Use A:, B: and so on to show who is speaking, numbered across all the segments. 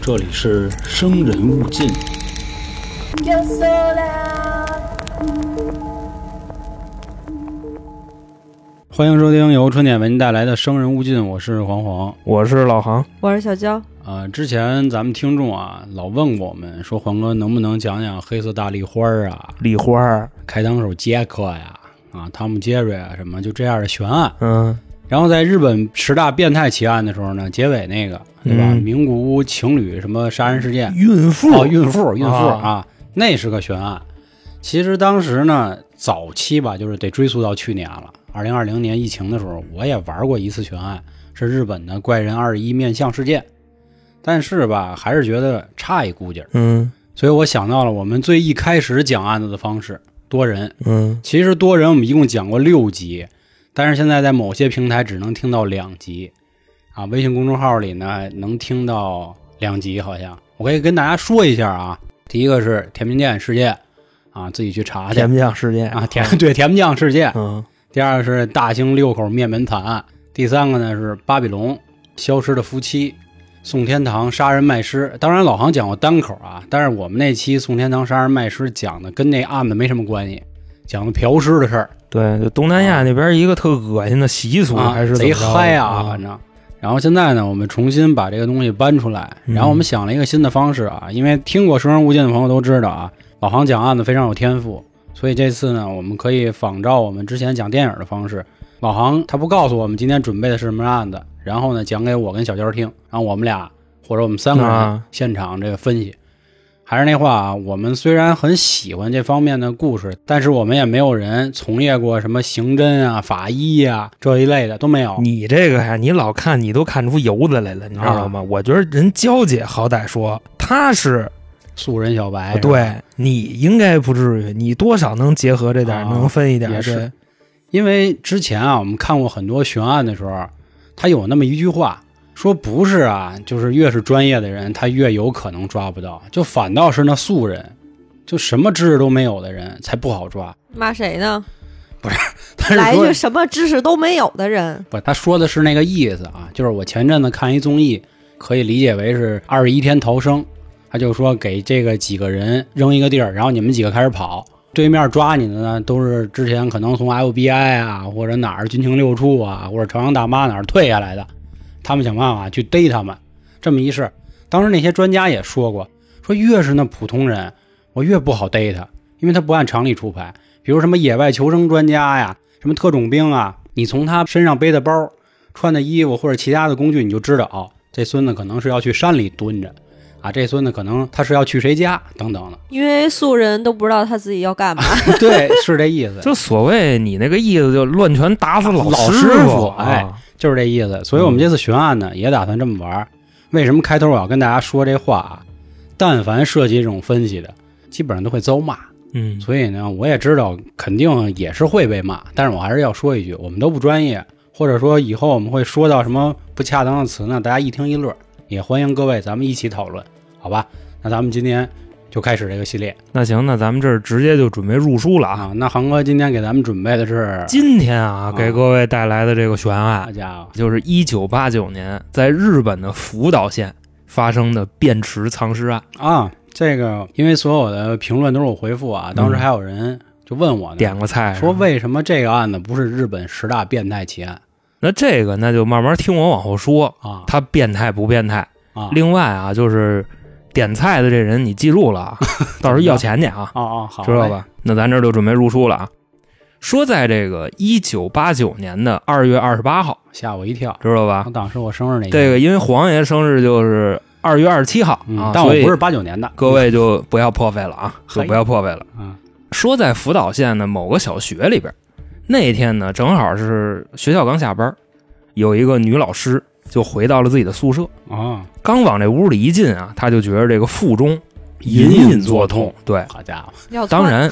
A: 这里是生人勿近。
B: You're so loud.
A: 欢迎收听由春点为您带来的《生人勿近》，我是黄黄。
C: 我是老航，
D: 我是小娇，
A: 啊、之前咱们听众啊老问过我们说，黄哥能不能讲讲黑色大丽花儿啊、
C: 李花儿，
A: 开膛手杰克呀、啊汤姆杰瑞啊什么就这样的悬案。
C: 嗯
A: 然后在日本十大变态奇案的时候呢，结尾那个对吧？
C: 嗯
A: 名古屋情侣什么杀人事件，
C: 孕妇
A: 哦，孕妇，孕妇
C: 啊
A: 啊，那是个悬案。其实当时呢，早期吧，就是得追溯到去年了，二零二零年疫情的时候，我也玩过一次悬案，是日本的怪人二一面相事件。但是吧，还是觉得差一股劲儿，
C: 嗯
A: 所以我想到了我们最一开始讲案子的方式，多人。
C: 嗯，
A: 其实多人我们一共讲过六集，但是现在在某些平台只能听到两集，啊，微信公众号里呢能听到两集，好像我可以跟大家说一下啊。第一个是甜面酱事件，啊，自己去查去
C: 甜面酱事件
A: 啊，甜 对甜面酱事件。
C: 嗯
A: 第二个是大兴六口灭门惨案，第三个呢是巴比龙消失的夫妻，宋天堂杀人卖尸。当然老航讲过单口啊，但是我们那期宋天堂杀人卖尸讲的跟那案子没什么关系，讲的嫖尸的事儿
C: 对，就东南亚那边一个特恶心的习俗，
A: 啊
C: 还是，怎
A: 贼
C: 么着嗯的
A: 嗨啊，反正。然后现在呢，我们重新把这个东西搬出来，
C: 嗯
A: 然后我们想了一个新的方式啊，因为听过《生人勿近》的朋友都知道啊，老航讲案子非常有天赋，所以这次呢，我们可以仿照我们之前讲电影的方式，老航他不告诉我们今天准备的是什么案子，然后呢讲给我跟小娇听，然后我们俩或者我们三个人
C: 啊
A: 现场这个分析。还是那话啊，我们虽然很喜欢这方面的故事，但是我们也没有人从业过什么刑侦啊、法医啊这一类的都没有。
C: 你这个呀，你老看你都看出油子来了，你知道
A: 啊
C: 吗？我觉得人娇姐好歹说她是
A: 素人小白，是吧，
C: 啊对你应该不至于，你多少能结合这点，
A: 啊
C: 能分一点
A: 也是
C: 对
A: 因为之前啊，我们看过很多悬案的时候，他有那么一句话说，不是啊，就是越是专业的人，他越有可能抓不到，就反倒是那素人，就什么知识都没有的人才不好抓。
D: 骂谁呢？
A: 他
D: 来
A: 是
D: 一
A: 说
D: 句什么知识都没有的人，
A: 不，他说的是那个意思啊，就是我前阵子看一综艺，可以理解为是二十一天逃生，他就说给这个几个人扔一个地儿，然后你们几个开始跑，对面抓你的呢都是之前可能从 FBI 啊或者哪儿军情六处啊或者朝阳大妈哪儿退下来的，他们想办法去逮他们，这么一事，当时那些专家也说过，说越是那普通人，我越不好逮他，因为他不按常理出牌。比如什么野外求生专家呀，什么特种兵啊，你从他身上背的包、穿的衣服或者其他的工具，你就知道哦，这孙子可能是要去山里蹲着，啊，这孙子可能他是要去谁家等等的。
D: 因为素人都不知道他自己要干嘛。
A: 对，是这意 思，
C: 就所谓你那个意思，就乱拳打死
A: 老
C: 师
A: 师傅
C: 啊
A: 哎就是这意思。所以我们这次悬案呢，也打算这么玩儿。为什么开头我要跟大家说这话啊？但凡涉及这种分析的，基本上都会遭骂。
C: 嗯，
A: 所以呢，我也知道肯定也是会被骂，但是我还是要说一句，我们都不专业，或者说以后我们会说到什么不恰当的词呢，大家一听一乐，也欢迎各位咱们一起讨论，好吧？那咱们今天就开始这个系列
C: 那行，那咱们这儿直接就准备入书了啊。
A: 啊。那航哥今天给咱们准备的是，
C: 今天啊
A: 啊，
C: 给各位带来的这个悬
A: 好
C: 案，
A: 家伙，
C: 就是一九八九年在日本的福岛县发生的便池藏尸案，
A: 啊，这个因为所有的评论都是我回复啊，当时还有人就问我呢，
C: 嗯点个菜是
A: 嗯
C: 吧
A: 说为什么这个案子不是日本十大变态奇案
C: 那这个那就慢慢听我往后说，
A: 啊？
C: 他变态不变态？
A: 啊，
C: 另外啊，就是点菜的这人你记住了 啊，到时候要钱去啊，
A: 哦哦，好嘞，
C: 知道吧？那咱这儿就准备入书了啊。说在这个一九八九年的二月二十八号，
A: 吓我一跳，啊
C: 知道吧？
A: 当时我生日那天
C: 这个因为黄爷生日就是二月二十七号啊
A: 嗯，，但我
C: 所以
A: 不是八九年的，
C: 各位就不要破费了啊，
A: 嘿
C: 就不要破费了。
A: 啊
C: 说在福岛县的某个小学里边，那天呢正好是学校刚下班，有一个女老师就回到了自己的宿舍，
A: 哦，
C: 刚往这屋里一进啊，她就觉得这个腹中隐隐作痛。，对，
A: 好家伙，
D: 要窜
C: 当，然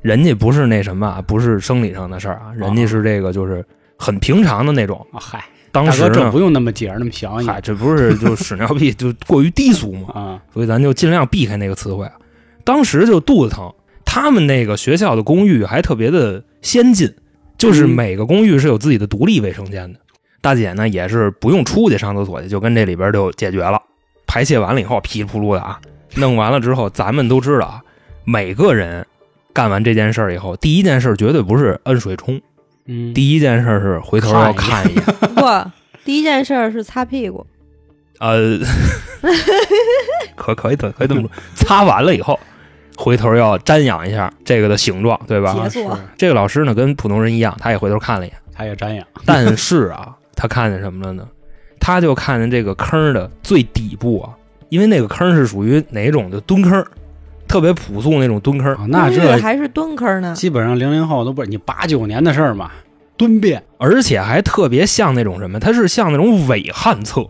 C: 人家不是那什么啊，不是生理上的事儿啊，人家是这个就是很平常的那种。
A: 啊嗨，
C: 当
A: 大
C: 时
A: 哥这
C: 呢，
A: 不用那么解释那么详细
C: 嗨，这不是就屎尿屁就过于低俗吗？
A: 啊，
C: 所以咱就尽量避开那个词汇啊。当时就肚子疼，他们那个学校的嗯公寓还特别的先进，就是每个公寓是有自己的独立卫生间的。大姐呢也是不用出去上厕所去，就跟这里边就解决了。排泄完了以后，噼里扑噜的啊，弄完了之后，咱们都知道啊，每个人干完这件事儿以后，第一件事绝对不是摁水冲，
A: 嗯，
C: 第一件事是回头要看一眼。
D: 不，第一件事儿是擦屁股，
C: 呃， 可可以，可以可以这么说。擦完了以后，回头要瞻仰一下这个的形状，对吧？
D: 结
A: 啊
D: 束
A: 是
C: 这个老师呢，跟普通人一样，他也回头看了一眼，
A: 他也瞻仰，
C: 但是啊，他看见什么了呢？他就看见这个坑的最底部啊，因为那个坑是属于哪种的蹲坑，特别朴素那种蹲坑，
A: 啊那
D: 不是
A: 这
D: 还是蹲坑呢？
A: 基本上零零后都不是你八九年的事儿嘛，蹲便
C: 而且还特别像那种什么，它是像那种伪旱厕，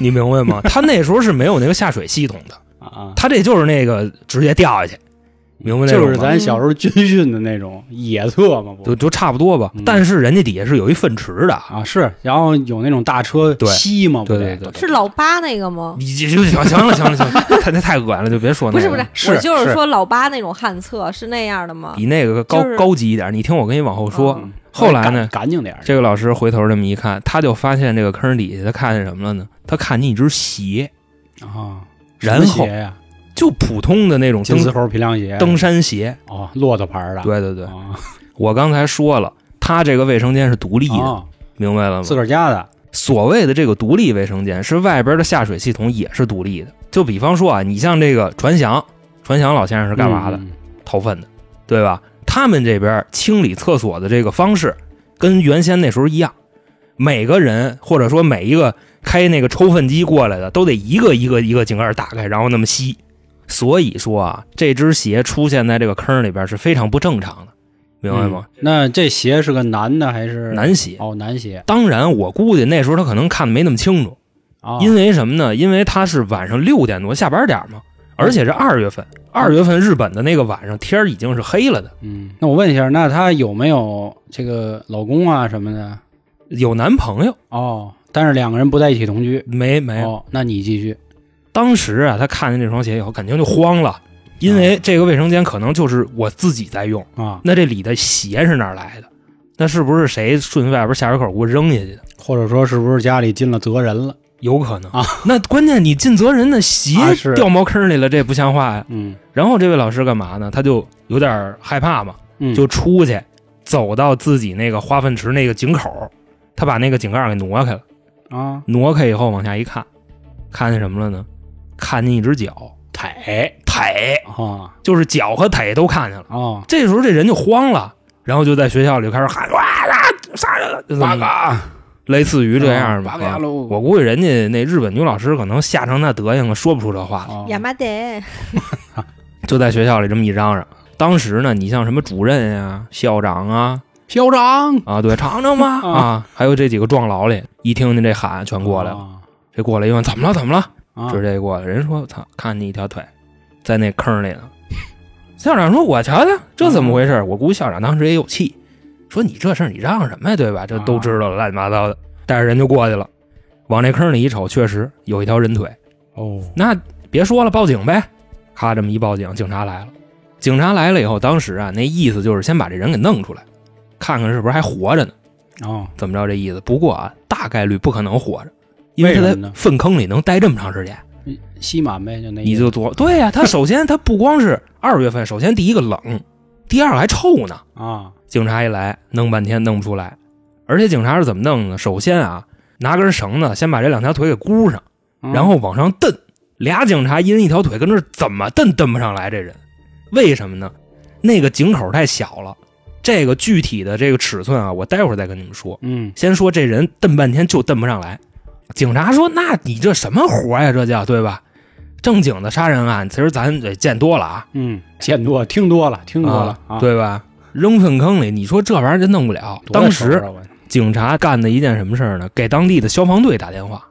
C: 你明白吗？他那时候是没有那个下水系统的，
A: 啊，
C: 他这就是那个直接掉下去，明白那种
A: 就
C: 吗
A: 是咱小时候军训的那种野厕嘛，不
C: 就就差不多吧
A: 嗯。
C: 但是人家底下是有一粪池的，
A: 啊是，然后有那种大车
C: 对
A: 吸嘛，不
C: 对
A: 得
C: 对对，对
D: 是老八那个吗？
C: 你就就行行了行了 行了，太太太恶心了，就别说那
D: 哦不
C: 个
D: 是
C: 了。
D: 不是，
A: 是
D: 我就是
A: 是
D: 说老八那种旱厕是那样的吗？
C: 比那个高、
D: 就是
C: 高级一点。你听我跟你往后说，
D: 嗯
C: 后来呢
A: 干干净点儿，
C: 这个老师回头这么一看，他就发现这个坑底下他看见什么了呢？他看见一只鞋，
A: 啊，
C: 然
A: 什么
C: 后
A: 鞋呀，
C: 就普通的那种
A: 金丝
C: 登
A: 猴皮凉鞋，
C: 登山鞋。
A: 哦，骆驼牌儿的，
C: 对对对，
A: 啊，
C: 我刚才说了，他这个卫生间是独立的，
A: 哦
C: 明白了吗
A: 自？个儿家的，
C: 所谓的这个独立卫生间，是外边的下水系统也是独立的。就比方说啊，你像这个传祥，传祥老先生是干嘛的？
A: 嗯？
C: 掏粪的，对吧？他们这边清理厕所的这个方式跟原先那时候一样，每个人或者说每一个开那个抽粪机过来的，都得一个一个一个井盖打开，然后那么吸。所以说啊，这只鞋出现在这个坑里边是非常不正常的，明白吗？
A: 嗯那这鞋是个男的还是
C: 男鞋。
A: 哦，男鞋
C: 当然，我估计那时候他可能看的没那么清楚，
A: 啊，
C: 因为什么呢？因为他是晚上六点多下班点儿嘛，而且是二月份，二月份日本的那个晚上天儿已经是黑了的，
A: 嗯，那我问一下，那她有没有这个老公啊什么的？
C: 有男朋友
A: 哦，但是两个人不在一起同居。
C: 没没有？
A: 哦，那你继续。
C: 当时啊，他看见这双鞋以后，肯定就慌了，因
A: 哦
C: 为这个卫生间可能就是我自己在用，
A: 啊，
C: 那这里的鞋是哪儿来的？那是不是谁顺外边下水口给我扔下去的？
A: 或者说是不是家里进了责人了？
C: 有可能
A: 啊。
C: 那关键你尽责人的鞋
A: 啊是
C: 掉茅坑里了，这不像话呀。
A: 嗯
C: 然后这位老师干嘛呢？他就有点害怕嘛，
A: 嗯，
C: 就出去，走到自己那个花粪池那个井口，他把那个井盖给挪开了。
A: 啊，
C: 挪开以后往下一看，看见什么了呢？看见一只脚，
A: 腿
C: 腿，
A: 啊
C: 就是脚和腿都看见了。
A: 哦，
C: 这时候这人就慌了，然后就在学校里开始喊哇啦杀人了，就这么
A: 嘎嗯
C: 类似于这样吧
A: 八。嘎
C: 啊
A: 喽！
C: 我估计人家那日本女老师可能吓成那德行了，说不出这话了，
A: 哦
D: 亚麻得，
C: 就在学校里这么一嚷嚷。当时呢，你像什么主任呀、校长啊，
A: 校长
C: 啊，对，尝尝吧，
A: 啊
C: 啊，还有这几个壮劳力，一听见这喊，全过来了。
A: 了
C: 这过来一问，怎么了？怎么了？
A: 啊，
C: 直接过来，人说：“操，看见一条腿在那坑里呢。”校长说：“我瞧瞧，这怎么回事？”我估计校长当时也有气，说：“你这事儿你嚷嚷什么呀？对吧？这都知
A: 啊
C: 道了，乱七八糟的。”带着人就过去了，往这坑里一瞅，确实有一条人腿。
A: 哦，
C: 那别说了，报警呗！咔，这么一报警，警察来了。警察来了以后，当时啊，那意思就是先把这人给弄出来，看看是不是还活着呢。
A: 哦，
C: 怎么着这意思？不过啊，大概率不可能活着，因为
A: 为
C: 他
A: 什
C: 在
A: 么呢
C: 粪坑里能待这么长时间。
A: 吸满呗，就那意
C: 你
A: 思
C: 就琢对呀、它首先它不光是二月份，首先第一个冷，第二个还臭呢。
A: 啊，
C: 警察一来，弄半天弄不出来，而且警察是怎么弄呢？首先啊，拿根绳子先把这两条腿给箍上，
A: 嗯
C: 然后往上蹬，俩警察一人一条腿，跟这儿怎么蹬蹬不上来这人，为什么呢？那个井口太小了，这个具体的这个尺寸啊，我待会儿再跟你们说。
A: 嗯
C: 先说这人蹬半天就蹬不上来。警察说：“那你这什么活呀、这叫对吧？正经的杀人案，其实咱也见多了啊，
A: 嗯，见多听多了，听多了
C: 啊
A: 啊，
C: 对吧？扔粪坑里，你说这玩意儿真弄不了。
A: 多啊受
C: 当时
A: 着我呢，
C: 警察干的一件什么事儿呢？给当地的消防队打电话，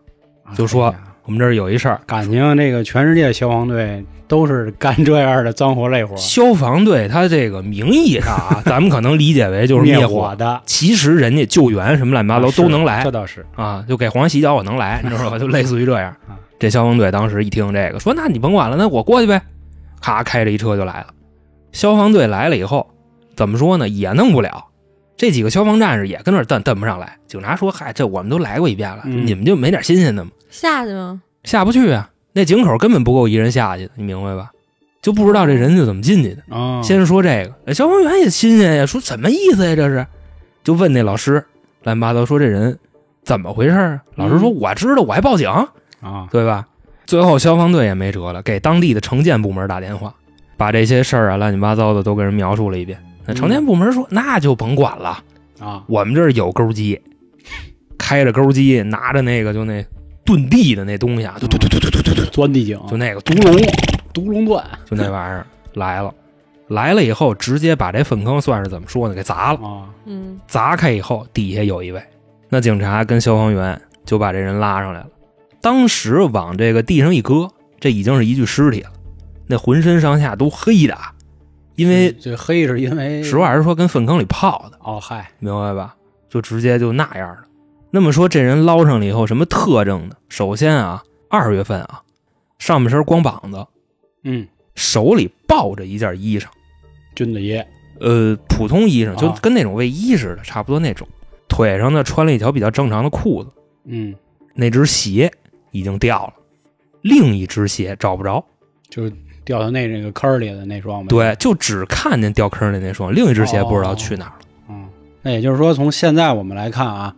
A: 啊
C: 就说
A: 哎呀
C: 我们这儿有一事儿。
A: 感情这个全世界消防队都是干这样的脏活累活，
C: 消防队他这个名义上啊，咱们可能理解为就是
A: 灭
C: 灭
A: 火，的，
C: 其实人家救援什么乱七八糟
A: 啊是
C: 都能来
A: 这，倒是
C: 啊，就给皇洗脚我能来，你知 道吧？就类似于这样
A: 啊。
C: 这消防队当时一听这个，说那你甭管了，那我过去呗，咔开着一车就来了。消防队来了以后，怎么说呢？也弄不了，这几个消防战士也跟那儿蹬蹬不上来。警察说：“嗨，这我们都来过一遍了，
A: 嗯
C: 你们就没点新鲜的吗？
D: 下去吗？
C: 下不去啊，那井口根本不够一人下去的，你明白吧？就不知道这人是怎么进去的。
A: 啊，
C: 先说这个，呃消防员也新鲜呀，说什么意思呀？这是，就问那老师，乱七八糟说这人怎么回事啊？老师说我知道，我还报警，
A: 啊，
C: 对吧？最后消防队也没辙了，给当地的城建部门打电话，把这些事儿啊乱七八糟的都给人描述了一遍。那城建部门说那就甭管了，
A: 啊，
C: 我们这儿有钩机，开着钩机，拿着那个就那遁地的那东西啊，就就就就就就
A: 钻地井，
C: 就那个毒龙，
A: 独龙 钻
C: 就那玩意儿来了，来了以后直接把这粪坑算是怎么说呢，给砸了。
A: 啊，
D: 嗯，
C: 砸开以后，底下有一位，那警察跟消防员就把这人拉上来了。当时往这个地上一搁，这已经是一具尸体了，那浑身上下都黑的啊，因为
A: 这黑是因为
C: 实话实说跟粪坑里泡的，
A: 哦，嗨，
C: 明白吧？就直接就那样了。那么说，这人捞上来以后，什么特征呢？首先啊，二月份啊，上半身光膀子，
A: 嗯，
C: 手里抱着一件衣裳。
A: 军子爷
C: 呃，普通衣裳，就
A: 啊
C: 跟那种卫衣似的，差不多那种。腿上呢穿了一条比较正常的裤子，
A: 嗯，
C: 那只鞋已经掉了，另一只鞋找不着。
A: 就是掉到那那个坑儿里的那双呗，，
C: 对，就只看见掉坑里那双，另一只鞋不知道去哪儿了。
A: 嗯，那也就是说，从现在我们来看啊，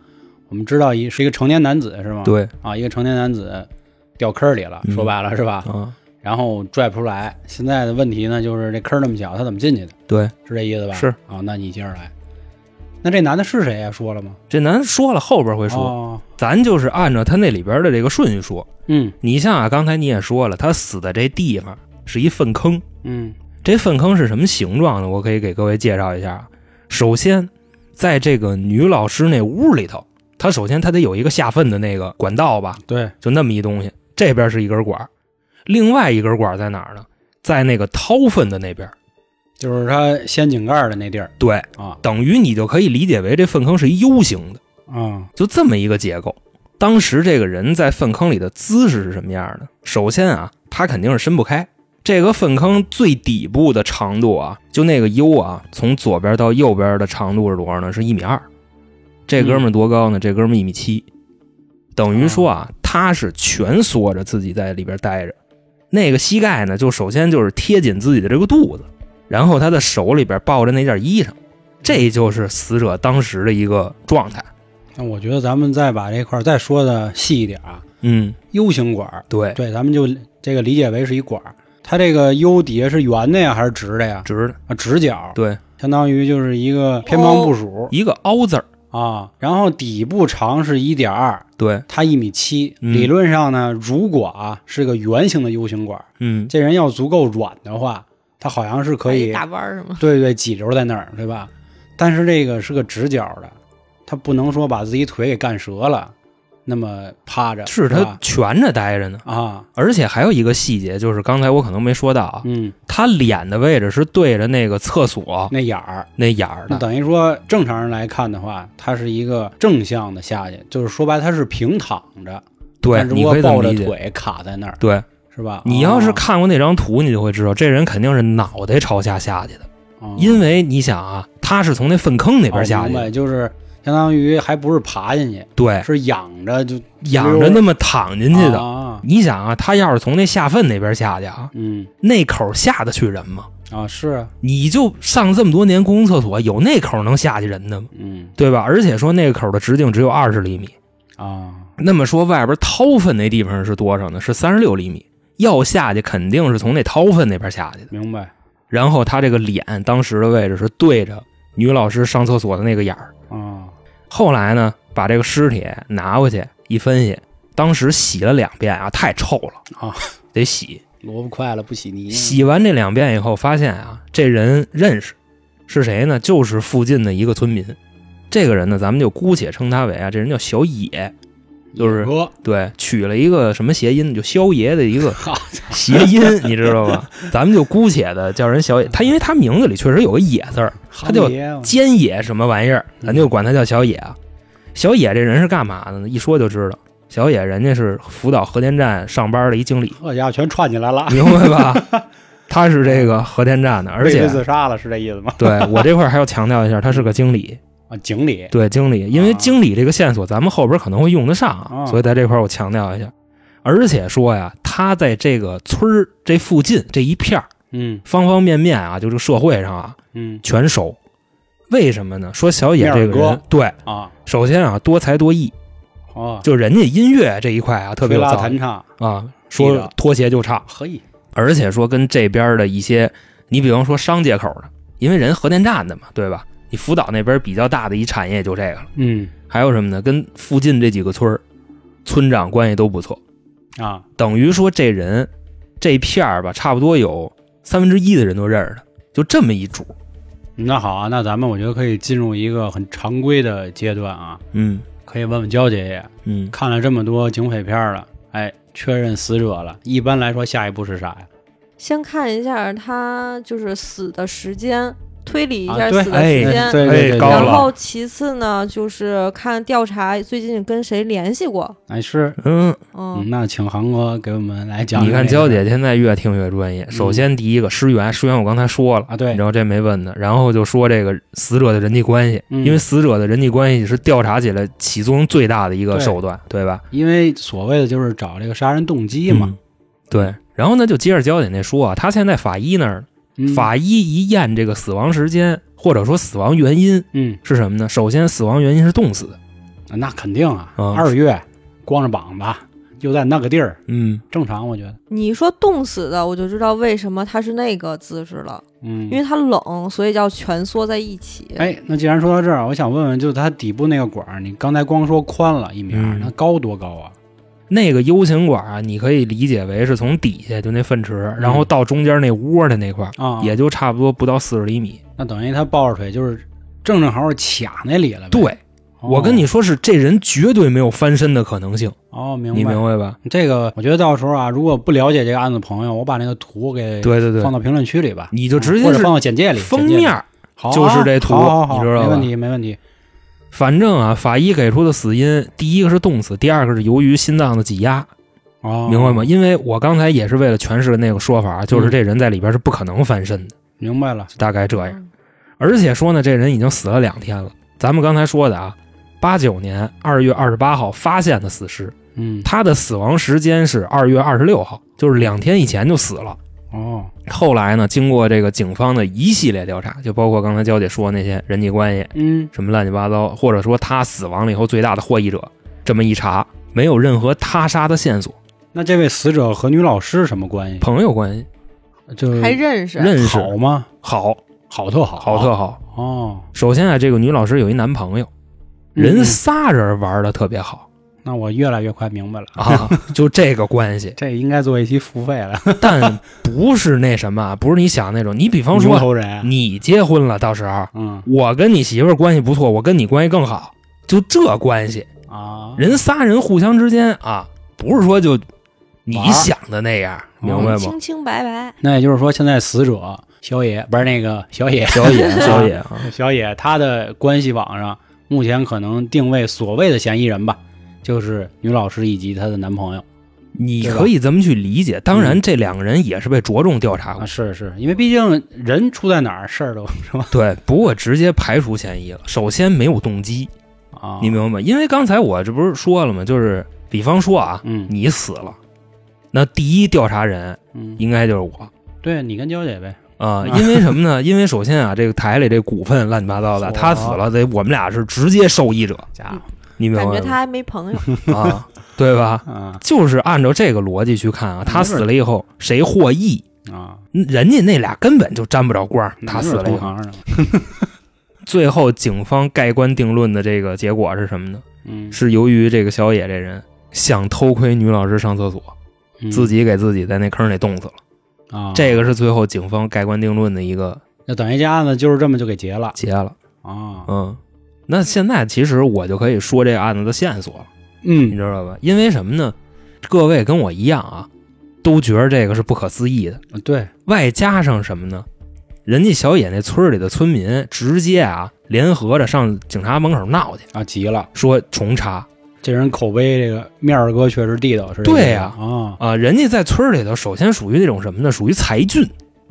A: 我们知道一是一个成年男子是吗？，
C: 对，
A: 啊，一个成年男子掉坑儿里了，
C: 嗯
A: 说白了是吧？
C: 啊，
A: 然后拽不出来，现在的问题呢，就是这坑儿那么小，他怎么进去的？
C: 对，
A: 是这意思吧？
C: 是
A: 啊，那你接着来。那这男的是谁呀、说了吗？
C: 这咱说了，后边会说，
A: 哦，
C: 咱就是按照他那里边的这个顺序说。
A: 嗯
C: 你像啊，刚才你也说了，他死的这地方是一粪坑，
A: 嗯
C: 这粪坑是什么形状呢？我可以给各位介绍一下。啊。首先，在这个女老师那屋里头，她首先她得有一个下粪的那个管道吧，
A: 对，
C: 就那么一东西。这边是一根管儿，另外一根管儿在哪儿呢？在那个掏粪的那边儿。
A: 就是他掀井盖儿的那地儿
C: 对，
A: 啊
C: 等于你就可以理解为这粪坑是一 U 型的，
A: 啊
C: 就这么一个结构。当时这个人在粪坑里的姿势是什么样的？首先啊，他肯定是伸不开。这个粪坑最底部的长度啊，就那个 U 啊，从左边到右边的长度是多少呢？是一米二。这哥们儿多高呢？这哥们儿一米七，等于说啊，他是蜷缩着自己在里边待着。那个膝盖呢，就首先就是贴紧自己的这个肚子，然后他的手里边抱着那件衣裳，这就是死者当时的一个状态。
A: 那我觉得咱们再把这块儿再说的细一点啊
C: 嗯，
A: ，U 型管儿，
C: 对，
A: 对，咱们就这个理解为是一管儿。它这个 U 底下是圆的呀，还是直的呀？
C: 直的，
A: 啊，直角，
C: 对，
A: 相当于就是一个偏旁
C: 哦
A: 部署、
C: 一个凹字儿，
A: 啊。然后底部长是一点二，
C: 对，
A: 他一米七。
C: 嗯
A: 理论上呢，如果啊是个圆形的 U 型管儿，
C: 嗯，
A: 这人要足够软的话，他好像是可以
D: 打弯儿是吗？
A: 对对，挤溜在那儿，对吧？但是这个是个直角的，他不能说把自己腿给干折了，那么趴着
C: 是他
A: 吧
C: 蜷着待着呢。
A: 啊，
C: 而且还有一个细节，就是刚才我可能没说到啊，
A: 嗯，
C: 他脸的位置是对着那个厕所
A: 那眼儿，
C: 那眼儿
A: 那
C: 的，
A: 等于说正常人来看的话，它是一个正向的下去，就是说白了它是平躺着，
C: 对，
A: 但只
C: 你
A: 不过
C: 可以这么
A: 抱着
C: 理解。
A: 腿卡在那儿，
C: 对
A: 是吧？
C: 你要是
A: 哦，
C: 看过那张图，你就会知道，这人肯定是脑袋朝下下去的，
A: 哦
C: 因为你想啊，他是从那粪坑那边
A: 哦
C: 下去
A: 明白
C: 的，
A: 就是相当于还不是爬进去，
C: 对，
A: 是仰着就
C: 仰着那么躺进去的。
A: 啊，
C: 你想啊，他要是从那下粪那边下去啊，
A: 嗯
C: 那口下得去人吗？
A: 啊是啊，
C: 你就上这么多年公共厕所，有那口能下去人的吗？
A: 嗯
C: 对吧？而且说那个口的直径只有二十厘米，
A: 啊，
C: 那么说外边掏粪那地方是多少呢？是三十六厘米。要下去肯定是从那掏粪那边下去的。
A: 明白
C: 然后他这个脸当时的位置是对着女老师上厕所的那个眼儿。
A: 啊，
C: 后来呢，把这个尸体拿回去一分析，当时洗了两遍啊，太臭了
A: 啊，
C: 得洗。
A: 萝卜快了不洗泥，
C: 洗完这两遍以后，发现啊，这人认识是谁呢？就是附近的一个村民。这个人呢，咱们就姑且称他为啊，这人叫小野，就是
A: 哥
C: 对，取了一个什么谐音，就萧爷的一个谐音，你知道吧？咱们就姑且的叫人小野，他因为他名字里确实有个野字儿，他就尖野什么玩意儿，咱就管他叫小野啊。小野这人是干嘛的呢？一说就知道，小野人家是福岛核电站上班的一经理，
A: 这家伙全串起来了，
C: 明白吧？他 是这个核电站的，而
A: 被
C: 且
A: 人自杀了是这意思吗？
C: 对我这块儿还要强调一下，他是个经理，
A: 啊，经理
C: 对经理，因为
A: 啊
C: 经理这个线索咱们后边可能会用得上啊，
A: 啊
C: 所以在这块儿我强调一下。而且说呀，他在这个村儿这附近这一片儿
A: 嗯
C: 方方面面啊，就是社会上啊
A: 嗯
C: 全熟。为什么呢？说小野这个
A: 面儿
C: 人
A: 哥，
C: 对，
A: 啊
C: 首先啊多才多艺，
A: 哦，
C: 就人家音乐这一块啊特别
A: 吹
C: 有
A: 拉
C: 造
A: 弹
C: 诣
A: 唱，
C: 啊，
A: 地
C: 说
A: 道
C: 脱鞋就唱，
A: 可以
C: 而且说跟这边的一些，你比方说商界口的，因为人核电站的嘛，对吧？你福岛那边比较大的一产业也就这个了。
A: 嗯
C: 还有什么呢？跟附近这几个村儿村长关系都不错，
A: 啊
C: 等于说这人这片儿吧，差不多有三分之一的人都认识他，就这么一主。
A: 那好啊，那咱们我觉得可以进入一个很常规的阶段啊，
C: 嗯
A: 可以问问焦姐姐，
C: 嗯，
A: 看了这么多警匪片儿了，哎，确认死者了，一般来说下一步是啥呀？
D: 先看一下他就是死的时间，推理一
A: 啊
D: 下
A: 对
D: 死的时间。
C: 哎
A: 对对对，
C: 高了
D: 然后其次呢，就是看调查最近跟谁联系过。
A: 哎是，
C: 嗯，
D: 嗯
A: 嗯，那请韩哥给我们来讲。
C: 你看娇姐现在越听越专业。首先第一个尸源，尸源我刚才说了
A: 啊对
C: 你知道这没问的。然后就说这个死者的人际关系，
A: 嗯
C: 因为死者的人际关系是调查起来起踪最大的一个手段，对吧？
A: 因为所谓的就是找这个杀人动机嘛
C: 嗯，对。然后呢，就接着焦姐那说啊，她现在法医那儿呢
A: 嗯
C: 法医一验这个死亡时间或者说死亡原因
A: 嗯，
C: 是什么呢？首先，死亡原因是冻死。
A: 那肯定啊，
C: 嗯
A: 二月光着膀子又在那个地儿，
C: 嗯，
A: 正常我觉得，
D: 你一说冻死的，我就知道为什么他是那个姿势了，
A: 嗯
D: 因，为他冷，所以叫蜷缩在一起。
A: 哎，那既然说到这儿，我想问问，就是它底部那个管儿，你刚才光说宽了一米二、
C: 嗯
A: 那高多高啊？
C: 那个 U 型管啊，你可以理解为是从底下就那粪池，然
A: 嗯
C: 后到中间那窝的那块儿，
A: 啊，
C: 也就差不多不到四十厘米。
A: 那等于他抱着腿就是正正好好卡那里了呗。
C: 对，
A: 哦，
C: 我跟你说是这人绝对没有翻身的可能性，
A: 哦，明
C: 你
A: 白。
C: 明白吧？
A: 这个我觉得到时候啊，如果不了解这个案子的朋友，我把那个图给
C: 对对对
A: 放，到评论区里吧，嗯
C: 你就直
A: 或
C: 接
A: 者
C: 是
A: 放到简介里，
C: 封
A: 简介里
C: 面儿。
A: 好啊
C: 就是这图
A: 好好好
C: 你知道吧
A: 没问题，没问题。
C: 反正啊，法医给出的死因，第一个是冻死，第二个是由于心脏的挤压，
A: 哦，
C: 明白吗？？因为我刚才也是为了诠释那个说法，啊就是
A: 嗯
C: 这人在里边是不可能翻身的，
A: 明白了。
C: 大概这样。
A: 哦
D: 嗯
C: 而且说呢，这人已经死了两天了。咱们刚才说的啊，八九年二月二十八号发现的死尸，
A: 嗯，
C: 他的死亡时间是二月二十六号，就是两天以前就死了。
A: 哦，
C: 后来呢，经过这个警方的一系列调查，就包括刚才娇姐说那些人际关系
A: 嗯，
C: 什么乱七八糟，或者说他死亡了以后最大的获益者，这么一查，没有任何他杀的线索，
A: 那这位死者和女老师什么关系？
C: 朋友关系
A: 就是啊
D: 还认识？
C: 认识
A: 好吗？
C: 好，
A: 好特好，
C: 好特好。
A: 哦，
C: 首先啊，这个女老师有一男朋友，
A: 嗯
C: 人
A: 嗯
C: 仨人玩的特别 好
A: 那我越来越快明白了，
C: 啊，就这个关 系，
A: 这应该做一期付费了。
C: 但不是那什么， 啊不是你想那种。你比方
A: 牛
C: 说，
A: 头人，
C: 你结婚了，到时候
A: 嗯
C: 我跟你媳妇儿关系不错，我跟你关系更好，就这关系，
A: 啊，
C: 人仨人互相之间啊，不是说就你
A: 玩儿
C: 想的那样，明白吗？
D: 嗯清清白白，
A: 那也就是说，现在死者小野不是那个小野，
C: 小野， 小野啊，
A: 小野他的关系网上目前可能定位所谓的嫌疑人吧，就是女老师以及她的男朋友
C: 你可以这么去理解。当然，这两个人也是被着重调查过
A: 啊，，是是因为毕竟人出在哪儿事儿都是吧
C: 对。不过直接排除嫌疑了。首先没有动机，
A: 啊，
C: 你明白吗？因为刚才我这不是说了吗？就是比方说啊，
A: 嗯
C: 你死了，那第一调查人
A: 嗯，
C: 应该就是我
A: 对你跟娇姐呗，
C: 啊、
A: 啊
C: 因为什么呢？ 因为首先啊，这个台里这股份乱七八糟的，
A: 嚯
C: 他死了得我们俩是直接受益者，
A: 家伙，
C: 你明白
D: 感
C: 吗？
D: 觉他还没朋友。
C: 啊，对吧？
A: 嗯
C: 就是按照这个逻辑去看啊，他死了以后谁获益？
A: 啊，
C: 人家那俩根本就沾不着光儿，他死了以
A: 同
C: 后，
A: 行呢，
C: 最后警方盖棺定论的这个结果是什么呢？
A: 嗯，
C: 是由于这个小野这人想偷窥女老师上厕所，
A: 嗯
C: 自己给自己在那坑里冻死了。
A: 啊，
C: 这个是最后警方盖棺定论的一个
A: 那等于这案子就是这么就给结了
C: 结了。
A: 啊，
C: 嗯，那现在其实我就可以说这个案子的线索了，你
A: 嗯
C: 知，道吧？因为什么呢？各位跟我一样啊，都觉得这个是不可思议的。
A: 对，
C: 外加上什么呢？人家小野那村里的村民直接啊，联合着上警察门口闹去，
A: 啊，急了，
C: 说重查
A: 这人口碑这个面儿哥确实地道，是这
C: 对
A: 意思
C: 呀
A: 啊，
C: 啊、人家在村里头首先属于那种什么呢？属于才俊，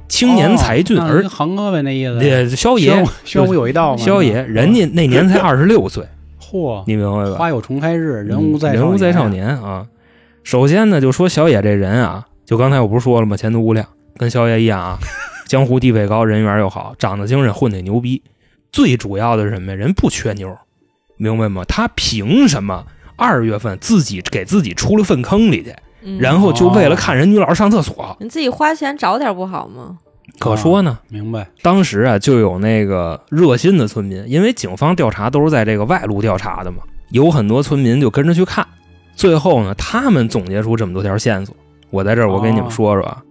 C: 青年才俊，
A: 哦那
C: 而呃
A: 行哥呗，那意思。
C: 也萧
A: 宣
C: 爷
A: 武，宣武有一道嘛，嗯
C: 萧爷，人家那年才二十六岁，
A: 嚯，
C: 你明白吧？嗯
A: 花有重开日，人无再
C: 人无再
A: 少
C: 少
A: 年
C: 年啊。首先呢，就说小野这人啊，就刚才我不是说了吗？前途无量，跟小野一样啊，江湖地位高，人缘又好，长得精神，混得牛逼。最主要的是什么呀？人不缺妞，明白吗？他凭什么二月份自己给自己出了粪坑里去，
D: 嗯
C: 然后就为
A: 哦
C: 了看人女老师上厕所？啊
D: 你自己花钱找点不好吗？
C: 可说呢，
A: 明白？
C: 当时啊，就有那个热心的村民，因为警方调查都是在这个外路调查的嘛，有很多村民就跟着去看。最后呢，他们总结出这么多条线索，我在这儿我给你们说说
A: 哦
C: 啊。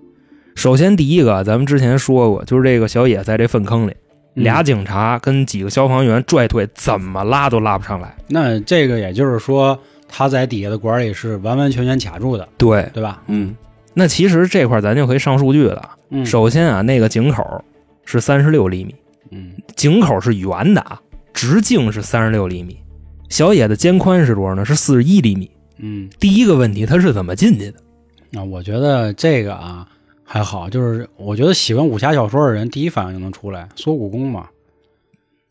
C: 首先第一个，咱们之前说过，就是这个小野在这粪坑里，
A: 嗯
C: 俩警察跟几个消防员拽腿，怎么拉都拉不上来。
A: 那这个也就是说，他在底下的管里是完完全全卡住的，
C: 对，
A: 对吧？
C: 嗯，那其实这块儿咱就可以上数据了啊。
A: 嗯，
C: 首先啊，那个井口是三十六厘米，
A: 嗯，
C: 井口是圆的啊，直径是三十六厘米，小野的肩宽是多少呢？是四十一厘米。
A: 嗯，
C: 第一个问题，他是怎么进去的？
A: 那我觉得这个啊还好，就是我觉得喜欢武侠小说的人第一反应就能出来，缩骨功嘛，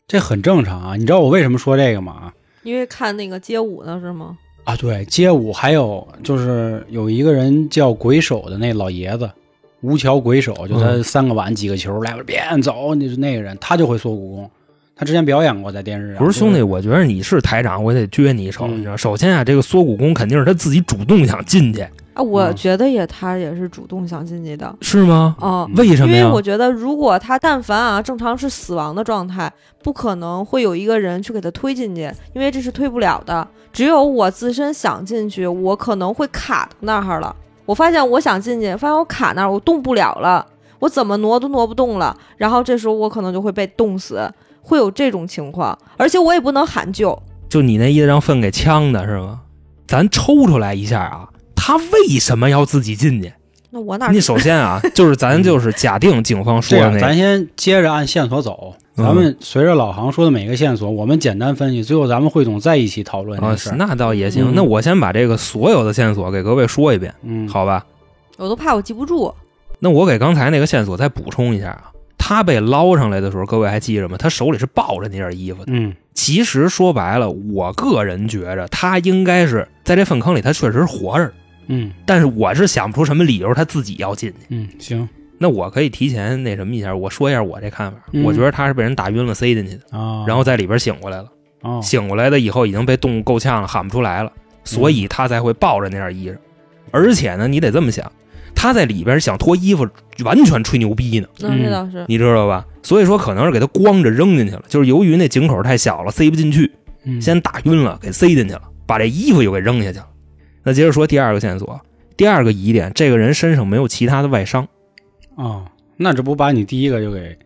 A: 这很正常啊。你知道我为什么说这个吗？啊
D: 因为看那个街舞呢是吗？
A: 啊，对，街舞还有就是有一个人叫鬼手的那老爷子，吴桥鬼手，就他
C: 嗯
A: 三个碗几个球，来别走，你是那个人，他就会缩骨功，他之前表演过在电视上。
C: 不是兄弟，
A: 就，
C: 我觉得你是台长，我得撅你一手。
A: 嗯
C: 你知道，首先啊，这个缩骨功肯定是他自己主动想进去，
D: 啊，我
A: 嗯
D: 觉得也他也是主动想进去的
C: 是吗？
D: 哦。
C: 为什
D: 因
C: 么
D: 为
C: 呀？
D: 我觉得，如果他但凡啊正常是死亡的状态，不可能会有一个人去给他推进去，因为这是推不了的。只有我自身想进去，我可能会卡到那儿了。我发现我想进去，发现我卡那儿，我动不了了，我怎么挪都挪不动了。然后这时候我可能就会被冻死，会有这种情况。而且我也不能喊救，
C: 就你那意思让粪给呛的是吗？咱抽出来一下啊，他为什么要自己进去？
D: 那我哪
C: 你
D: 知
C: 首先啊，就是咱就是假定警方
A: 这
C: 说的
A: 样
C: 那个
A: 咱先接着按线索走，
C: 嗯
A: 啊咱们随着老航说的每个线索，我们简单分析，最后咱们汇总在一起讨论这
C: 啊、
A: 事儿。
C: 那倒也行。
A: 嗯
C: 那我先把这个所有的线索给各位说一遍，
A: 嗯，，
C: 好吧？
D: 我都怕我记不住。
C: 那我给刚才那个线索再补充一下啊。他被捞上来的时候，各位还记着吗？他手里是抱着那件衣服的。
A: 嗯
C: 其实说白了，我个人觉着他应该是在这粪坑里，他确实活着，
A: 嗯
C: 但是我是想不出什么理由他自己要进去。
A: 嗯，行
C: 那我可以提前那什么一下，我说一下我这看法。
A: 嗯
C: 我觉得他是被人打晕了塞进去的，
A: 啊，
C: 然后在里边醒过来了。
A: 哦，嗯
C: 醒过来的以后已经被冻够呛了，喊不出来了，所以他才会抱着那件衣裳。而且呢，你得这么想，他在里边想脱衣服，完全吹牛逼呢，
D: 那
A: 嗯
D: 这 倒是，
C: 你知道吧？所以说可能是给他光着扔进去了，就是由于那井口太小了，塞不进去，
A: 嗯
C: 先打晕了，给塞进去了，把这衣服又给扔下去了。那接着说第二个线索，第二个疑点，这个人身上没有其他的外伤，
A: 哦，那这不把你第一个就给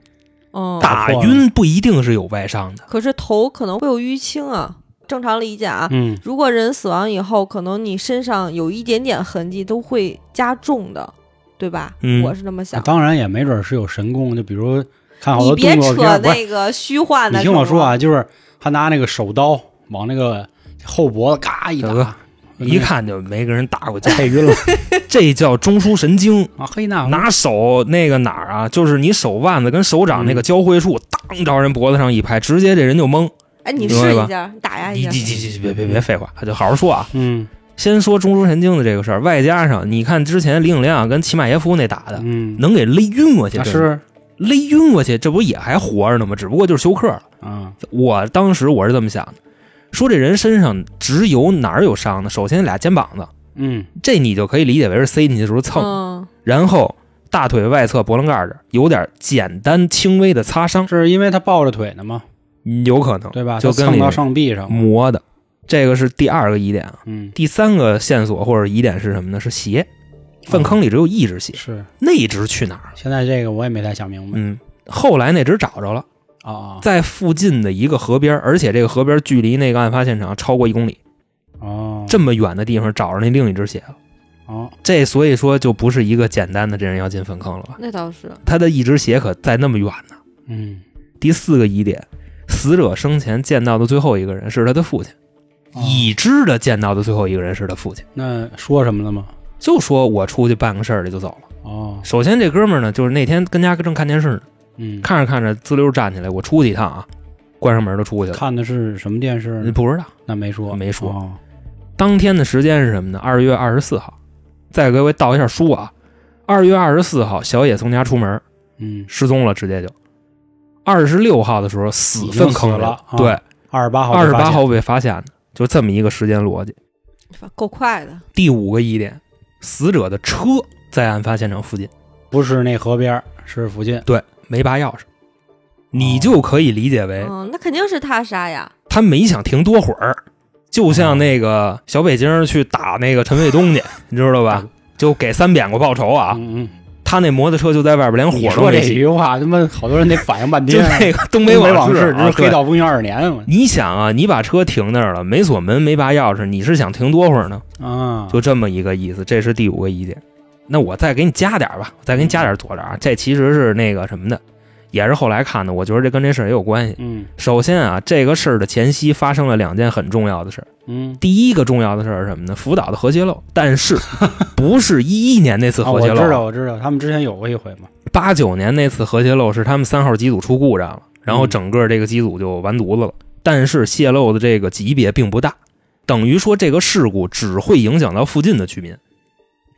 A: 哦
D: 嗯，
C: 打晕不一定是有外伤的。
D: 可是头可能会有淤青啊。正常理解啊，
A: 嗯
D: 如果人死亡以后，可能你身上有一点点痕迹都会加重的，对吧？
C: 嗯
D: 我是这么想。
A: 当然也没准是有神功，就比如看啊好
D: 你
A: 多
D: 别
A: 动作
D: 扯
A: 片儿，不是
D: 那个虚幻的。
A: 你听我
D: 成吗
A: 说，啊，就是他拿那个手刀往那个后脖子嘎一
C: 大哥
A: 打，
C: 一看就没跟人打过架，
A: 太嗯晕了
C: 这叫中枢神经。
A: 啊！嘿那
C: 拿手那个哪儿啊，就是你手腕子跟手掌
A: 嗯
C: 那个交汇处，当朝人脖子上一拍，直接这人就懵。
D: 哎，你
C: 明白
D: 试
C: 吧
D: 一下，你打
A: 哎
D: 压一
C: 你
D: 下
C: 你。你你别别别废话，就好好说啊。
A: 嗯
C: 先说中枢神经的这个事儿，外加上你看之前李永亮跟齐马耶夫那打的，
A: 嗯，
C: 能给勒晕过去，
A: 啊
C: 对吧
A: 是
C: 勒晕过去，这不也还活着呢吗？只不过就是休克了。
A: 啊，
C: 我当时我是这么想的，说这人身上直由哪儿有伤呢？首先俩肩膀子，
A: 嗯
C: 这你就可以理解为是塞进去的时候蹭。
D: 嗯，
C: 然后大腿外侧脖棱盖儿这儿有点简单轻微的擦伤，
A: 是因为他抱着腿呢嘛，
C: 有可能
A: 对吧？
C: 就
A: 他
C: 跟
A: 蹭
C: 里
A: 到
C: 面
A: 上臂上，
C: 磨的。这个是第二个疑点啊。
A: 嗯
C: 第三个线索或者疑点是什么呢？是鞋，
A: 嗯
C: 粪坑里只有一只鞋，
A: 是。
C: 那只去哪儿了？
A: 现在这个我也没太想明白
C: 嗯，后来那只找着了，
A: 啊
C: 在附近的一个河边儿，而且这个河边儿距离那个案发现场超过一公里，
A: 啊哦
C: 这么远的地方找着那另一只鞋了。
A: 哦
C: 这所以说就不是一个简单的这人要进粪坑了吧？
D: 那倒是。
C: 他的一只鞋可在那么远呢。
A: 嗯
C: 第四个疑点，死者生前见到的最后一个人是他的父亲，
A: 哦
C: 已知的见到的最后一个人是他父亲。
A: 那说什么了吗？
C: 就说我出去办个事儿去就走了，
A: 哦，
C: 首先这哥们儿呢，就是那天跟家正看电视呢，
A: 嗯，
C: 看着看着滋溜站起来，我出去一趟啊，关上门就出去了。
A: 看的是什么电视
C: 嗯
A: 呢？
C: 不知道
A: 那没说，
C: 没说
A: 哦
C: 当天的时间是什么呢？二月二十四号。再给各位倒一下书啊，二月二十四号，小野从家出门
A: 嗯，
C: 失踪了，直接就。二十六号的时候死粪坑里
A: 已经死
C: 对
A: 了，啊二十八号，
C: 二十八，号被发现的，就这么一个时间逻辑。
D: 够快的，
C: 第五个疑点，死者的车在案发现场附近，
A: 不是那河边儿，是附近。
C: 对，没拔钥匙，你就可以理解
A: 哎
C: 为
D: 嗯，那肯定是他 杀呀，
C: 他没想停多会儿，就像那个小北京去打那个陈卫 东去，你知道吧
A: 嗯？
C: 就给三扁过报仇啊！
A: 嗯嗯，
C: 他那摩托车就在外边，连
A: 你
C: 火都
A: 说这
C: 没熄。
A: 句话，他妈好多人得反应半
C: 就
A: 天。啊
C: 那个东
A: 东
C: 北
A: 北往
C: 事
A: 事，这
C: 啊，
A: 是黑
C: 对。
A: 道风云二十年嘛。
C: 你想啊，你把车停那儿了，没锁门，没拔钥匙，你是想停多会儿呢？
A: 啊，
C: 就这么一个意思，这是第五个疑点。那我再给你加点儿吧，我再给你加点儿左点儿啊。这其实是那个什么的，也是后来看的，我觉得这跟这事儿也有关系。
A: 嗯
C: 首先啊，这个事儿的前夕发生了两件很重要的事儿。
A: 嗯，
C: 第一个重要的事儿是什么呢？福岛的核泄漏，但是不是一一年那次
A: 啊，
C: 核
A: 我
C: 泄
A: 知道
C: 漏，
A: 我知道，他们之前有过一回嘛。
C: 八九、年那次核泄漏是他们三号机组出故障了，然后整个这个机组就完犊子了。但是泄漏的这个级别并不大，等于说这个事故只会影响到附近的居民，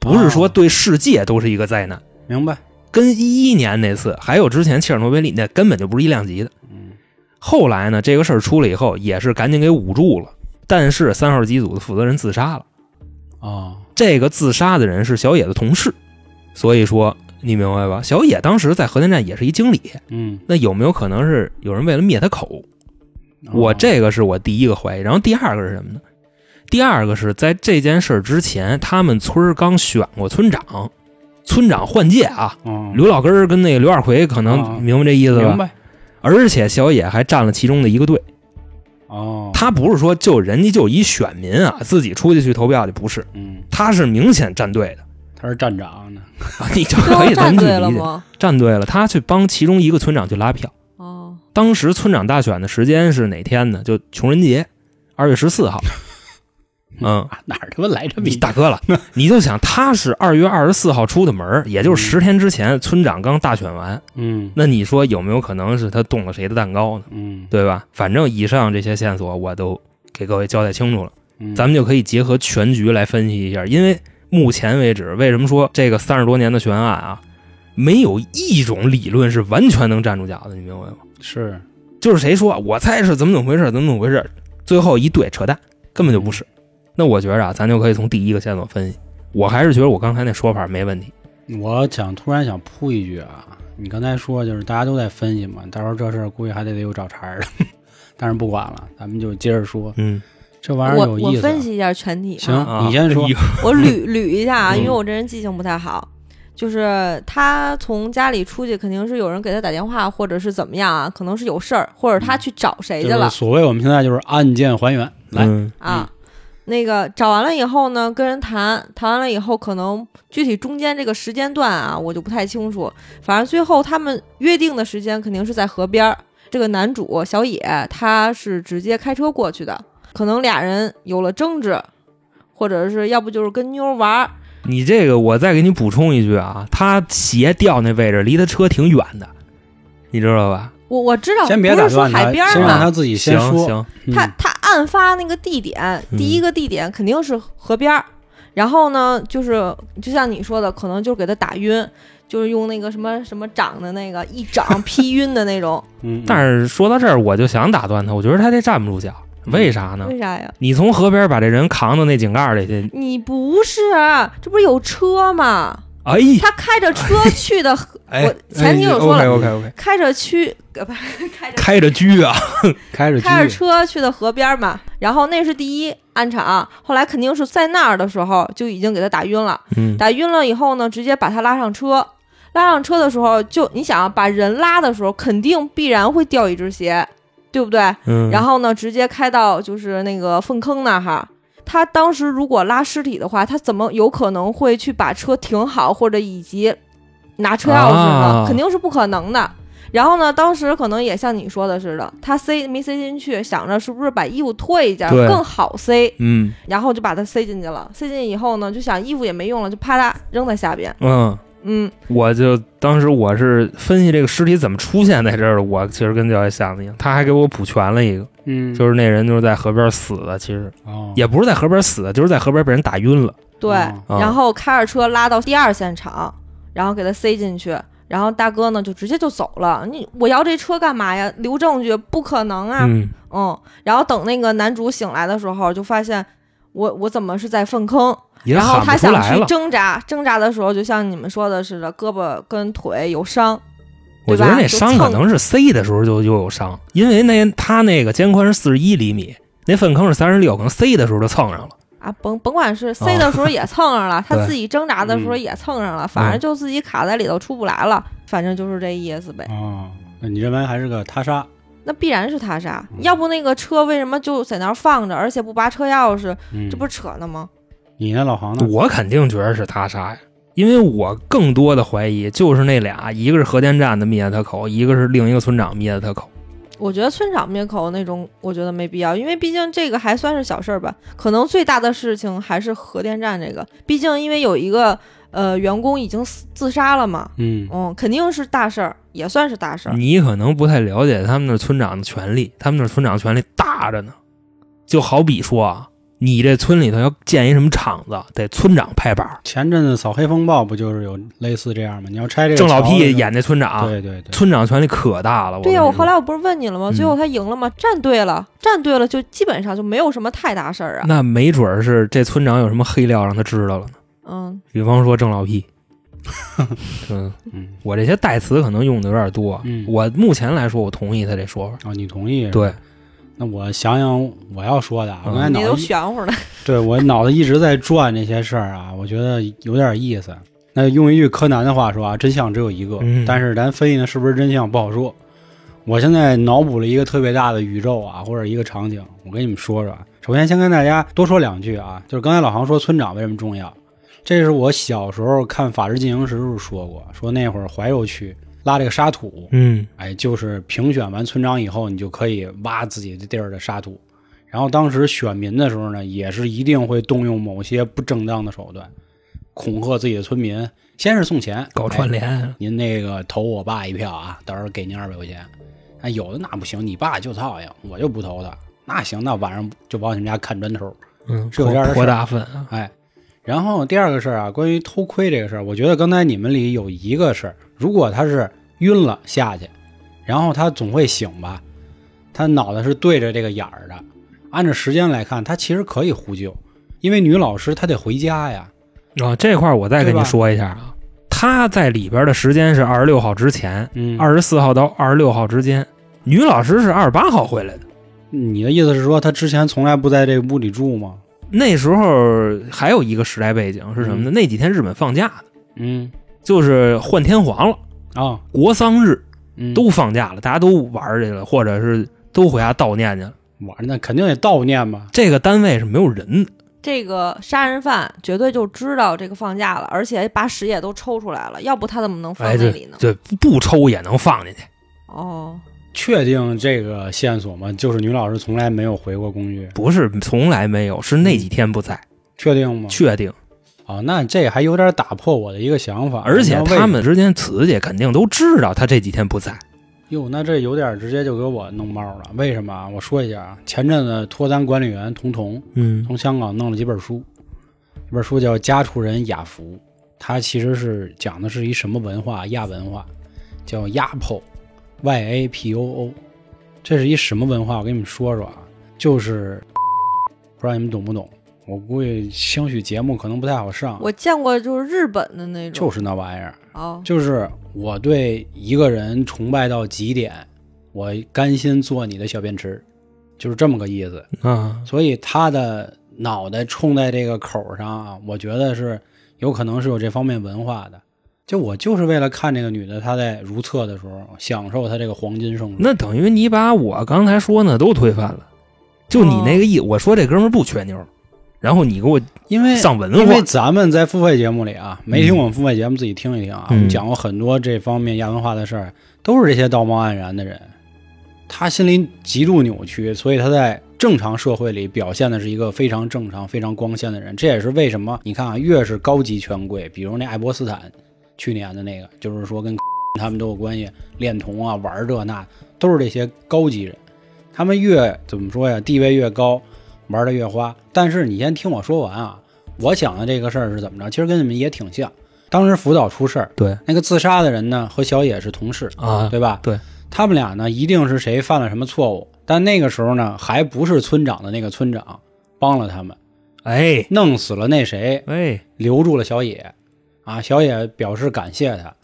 C: 不是说
A: 哦
C: 对世界都是一个灾难。
A: 明白，
C: 跟一一年那次，还有之前切尔诺贝利那根本就不是一量级的。
A: 嗯
C: 后来呢，这个事儿出了以后，也是赶紧给捂住了。但是三号机组的负责人自杀了，
A: 哦，
C: 这个自杀的人是小野的同事，所以说你明白吧？小野当时在核电站也是一经理，
A: 嗯，
C: 那有没有可能是有人为了灭他口？
A: 哦
C: 我这个是我第一个怀疑。然后第二个是什么呢？第二个是在这件事儿之前，他们村儿刚选过村长，村长换届啊，
A: 哦
C: 刘老根儿跟那个刘二奎可
A: 啊
C: 能明白这意思吧？
A: 明白
C: 而且小野还占了其中的一个队，
A: 哦，
C: 他不是说就人家就一选民啊，自己出去去投票去，不是，
A: 嗯，
C: 他是明显站队的，
A: 他是站长呢。
C: 你就
D: 最
C: 可
D: 后
C: 以这
D: 站
C: 么去
D: 对了
C: 理解，
D: 吗？
C: 站队了，他去帮其中一个村长去拉票。
D: 哦，
C: 当时村长大选的时间是哪天呢？就穷人节，二月十四 号。嗯，
A: 啊哪儿他妈来这么
C: 你
A: 一
C: 大哥了，你就想他是二月二十四号出的门儿，也就是十天之前村长刚大选完，
A: 嗯
C: 那你说有没有可能是他动了谁的蛋糕呢？
A: 嗯，
C: 对吧？反正以上这些线索我都给各位交代清楚了。
A: 嗯
C: 咱们就可以结合全局来分析一下，因为目前为止，为什么说这个三十多年的悬案啊，没有一种理论是完全能站住脚的，你明白吗？
A: 嗯是
C: 就是谁说我猜是怎么怎么回事，怎么怎么回事，最后一对扯淡，根本就不是。那我觉着啊，咱就可以从第一个线索分析。我还是觉得我刚才那说法没问题。
A: 我想突然想铺一句啊，你刚才说就是大家都在分析嘛，到时候这事儿估计还得得有找茬儿的， 但是不管了，咱们就接着说，
C: 嗯，
A: 这玩意儿
D: 我
A: 有
D: 我
A: 意思啊。
D: 分析一下全体、啊，
A: 行你先说
C: 哎呦
D: 我捋捋一下啊，
C: 嗯
D: 因为我这人记性不太好。就是他从家里出去，肯定是有人给他打电话，或者是怎么样啊？可能是有事儿，或者他去找谁去
A: 嗯就
D: 了
A: 是、所谓我们现在就是案件还原，来，
C: 嗯
D: 啊。那个找完了以后呢，跟人谈，谈完了以后，可能具体中间这个时间段啊，我就不太清楚。反正最后他们约定的时间肯定是在河边儿。这个男主小野他是直接开车过去的，可能俩人有了争执，或者是要不就是跟妞儿玩儿，
C: 你这个我再给你补充一句啊，他鞋掉那位置离他车挺远的，你知道吧？
D: 我我知道，
A: 先别
D: 不
A: 打
D: 是说
A: 断
D: 海
A: 他，
D: 边儿啊
A: 先让
D: 嘛
A: 他自己先
C: 行
A: 说。
C: 行，
A: 嗯
D: 他他案发那个地点，
C: 嗯
D: 第一个地点肯定是河边儿。然后呢，就是就像你说的，可能就是给他打晕，就是用那个什么什么掌的那个一掌劈晕的那种。
A: 嗯，嗯
C: 但是说到这儿，我就想打断他，我觉得他这站不住脚，为啥呢？
D: 为啥呀？
C: 你从河边把这人扛到那井盖里去，
D: 你不是，这不是有车吗？
C: 哎
D: 他开着车去的河，
C: 哎，
D: 我前提我说了
C: OK OK，
D: 开着去，呃不是开着
C: 开着车啊，
A: 开着
D: 开着
A: 车，
D: 车去的河边儿嘛。然后那是第一暗场，后来肯定是在那儿的时候就已经给他打晕了。
C: 嗯，
D: 打晕了以后呢，直接把他拉上车。拉上车的时候，就你想啊把人拉的时候，肯定必然会掉一只鞋，对不对？
C: 嗯
D: 然后呢，直接开到就是那个粪坑那儿哈。他当时如果拉尸体的话，他怎么有可能会去把车停好，或者以及拿车钥匙
C: 啊
D: 呢？肯定是不可能的。然后呢，当时可能也像你说的似的，他塞没塞进去，想着是不是把衣服脱一件
C: 对
D: 更好塞。
C: 嗯
D: 然后就把它塞进去了。塞进去以后呢，就想衣服也没用了，就啪嗒扔在下边。
C: 嗯，
D: 嗯，
C: 我就当时我是分析这个尸体怎么出现在这儿的，我其实跟教练想的一样，他还给我补全了一个，
A: 嗯，
C: 就是那人就是在河边死的，其实
A: 哦，
C: 也不是在河边死的，就是在河边被人打晕了。
D: 对，
A: 哦
D: 然后开着车拉到第二现场，然后给他塞进去，然后大哥呢就直接就走了。你我要这车干嘛呀？留证据不可能啊，嗯
C: 嗯，
D: 然后等那个男主醒来的时候，就发现我我怎么是在粪坑？
C: 也
D: 然后
C: 喊
D: 他
C: 不出
D: 想
C: 来
D: 去
C: 了。
D: 挣扎，挣扎的时候就像你们说的似的，胳膊跟腿有伤。
C: 我
D: 对
C: 觉
D: 吧
C: 得那伤可能是塞的时候就就有伤，因为那他那个肩宽是四十一厘米，那粪坑是三十六，可能塞的时候就蹭上了。
D: 啊，甭甭管是塞的时候也蹭上了，他
C: 对
D: 自己挣扎的时候也蹭上了，反正就自己卡在里头出不来了，反正就是这意思呗。
A: 哦，那你认为还是个他杀？
D: 那必然是他杀，要不那个车为什么就在那儿放着，而且不拔车钥匙，
A: 嗯，
D: 这不是扯呢吗？
A: 你呢，老
D: 嗯
A: 黄呢？
C: 我肯定觉得是他杀呀，因为我更多的怀疑就是那俩，一个是核电站的灭的他口，一个是另一个村长灭的他口。
D: 我觉得村长灭口那种，我觉得没必要，因为毕竟这个还算是小事儿吧。可能最大的事情还是核电站这个，毕竟因为有一个呃员工已经死自杀了嘛，
A: 嗯，
D: 嗯，肯定是大事儿，也算是大事儿。
C: 你可能不太了解他们那村长的权力，他们那村长权力大着呢。就好比说啊，你这村里头要建一什么厂子，得村长拍板儿。
A: 前阵子扫黑风暴不就是有类似这样吗？你要拆这个
C: 郑老
A: 桥的时
C: 屁
A: 候
C: 演那啊村长，
A: 对对对，
C: 村长权力可大了。
D: 对呀、
C: 呀，
D: 我后来我不是问你了吗？
C: 嗯
D: 最后他赢了吗？站队了，站队了，就基本上就没有什么太大事儿啊。
C: 那没准儿是这村长有什么黑料让他知道了呢？
D: 嗯，
C: 比方说郑老 屁。嗯，
A: 嗯，
C: 我这些代词可能用的有点多。
A: 嗯
C: 我目前来说，我同意他这说法。
A: 哦，你同意？
C: 对，，
A: 那我想想我要说的啊，我刚才
C: 嗯
A: 脑
D: 你都
A: 子一
D: 玄乎了。
A: 对我脑子一直在转这些事儿啊，我觉得有点意思。那用一句柯南的话说啊，真相只有一个，
C: 嗯
A: 但是咱分析呢，是不是真相不好说。我现在脑补了一个特别大的宇宙啊，或者一个场景，我跟你们说说啊。首先，先跟大家多说两句啊，就是刚才老航说村长为什么重要，这是我小时候看《法制进行时》时候说过，说那会儿怀柔区拉这个沙土，
C: 嗯
A: 哎，就是评选完村长以后，你就可以挖自己的地儿的沙土。然后当时选民的时候呢，也是一定会动用某些不正当的手段，恐吓自己的村民。先是送钱，
C: 搞串
A: 哎
C: 联，
A: 您那个投我爸一票啊，到时候给您二百块钱。哎，有的那不行，你爸就操呀，我就不投他。那行，那晚上就往你们家砍砖头。
C: 嗯，
A: 是有这样的
C: 泼
A: 事儿
C: 大粪啊。
A: 哎，然后第二个事儿啊，关于偷窥这个事儿，我觉得刚才你们里有一个事儿，如果他是晕了下去，然后他总会醒吧，他脑袋是对着这个眼儿的，按照时间来看，他其实可以呼救，因为女老师她得回家呀。
C: 啊、这块儿我再跟
A: 对
C: 你
A: 吧
C: 说一下啊，他在里边的时间是二十六号之前，
A: 嗯二，
C: 二十四号到二十六号之间。女老师是二十八号回来的，
A: 你的意思是说她之前从来不在这个屋里住吗？
C: 那时候还有一个时代背景是什么呢？那几天日本放假的，
A: 嗯，
C: 就是换天皇了，
A: 啊、
C: 国丧日
A: 嗯
C: 都放假了，大家都玩儿去了，或者是都回家悼念去了。
A: 玩呢，肯定得悼念吧。
C: 这个单位是没有人的，
D: 这个杀人犯绝对就知道这个放假了，而且把屎也都抽出来了，要不他怎么能放
C: 哎，
D: 那
C: 对
D: 里呢？
C: 对，不抽也能放进去。
D: 哦，
A: 确定这个线索吗？就是女老师从来没有回过公寓，
C: 不是从来没有，是那几天不在，
A: 确定吗？
C: 确定。
A: 哦，那这还有点打破我的一个想法，
C: 而且
A: 那为
C: 他们之间词界肯定都知道他这几天不在。
A: 哟，那这有点直接就给我弄冒了。为什么啊？我说一下啊，前阵子脱单管理员童童
C: 嗯
A: 从香港弄了几本书，一本书叫《家畜人雅福》，它其实是讲的是一什么文化？亚文化，叫 Yapo，Y A P O O，这是一什么文化？我跟你们说说啊，就是不知道你们懂不懂？我估计兴许节目可能不太好上，
D: 我见过就是日本的那种，
A: 就是那玩意儿。
D: 哦，
A: 就是我对一个人崇拜到极点，我甘心做你的小便池，就是这么个意思。
C: 啊，
A: 所以他的脑袋冲在这个口上啊，我觉得是有可能是有这方面文化的。就我就是为了看这个女的，她在如厕的时候享受她这个黄金圣水。
C: 那等于你把我刚才说呢都推翻了，就你那个
A: 哦
C: 意，我说这哥们儿不缺妞儿，然后你给我
A: 因为
C: 上文
A: 因
C: 化
A: 为，咱们在付费节目里啊，没听我们付费节目自己听一听啊，
C: 嗯
A: 我们讲过很多这方面亚文化的事儿，都是这些道貌岸然的人，他心里极度扭曲，所以他在正常社会里表现的是一个非常正常、非常光鲜的人。这也是为什么你看啊，越是高级权贵，比如那爱泼斯坦，去年的那个，就是说跟 他们都有关系，恋童啊，玩这那，都是这些高级人。他们越怎么说呀，地位越高，玩的越花。但是你先听我说完啊，我想的这个事儿是怎么着，其实跟你们也挺像。当时福岛出事儿，
C: 对
A: 那个自杀的人呢和小野是同事
C: 啊
A: 对吧？
C: 对，
A: 他们俩呢一定是谁犯了什么错误，但那个时候呢还不是村长的那个村长帮了他们，
C: 哎
A: 弄死了那谁，
C: 哎，
A: 留住了小野，啊，小野表示感谢他。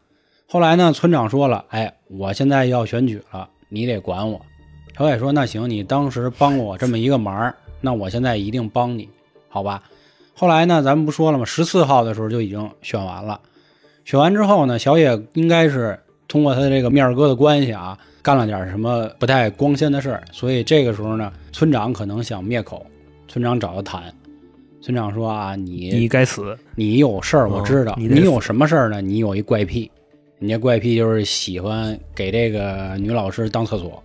A: 后来呢，村长说了，哎，我现在要选举了，你得管我。小野说，那行，你当时帮了我这么一个忙儿， 那我现在一定帮你，好吧？后来呢，咱们不说了吗？十四号的时候就已经选完了，选完之后呢，小野应该是通过他的这个面儿哥的关系啊，干了点什么不太光鲜的事儿，所以这个时候呢，村长可能想灭口，村长找他谈。村长说啊，
C: 你该死，
A: 你有事儿我知道，
C: 嗯你得
A: 你有什么事儿呢？你有一怪癖，你这怪癖就是喜欢给这个女老师当厕所。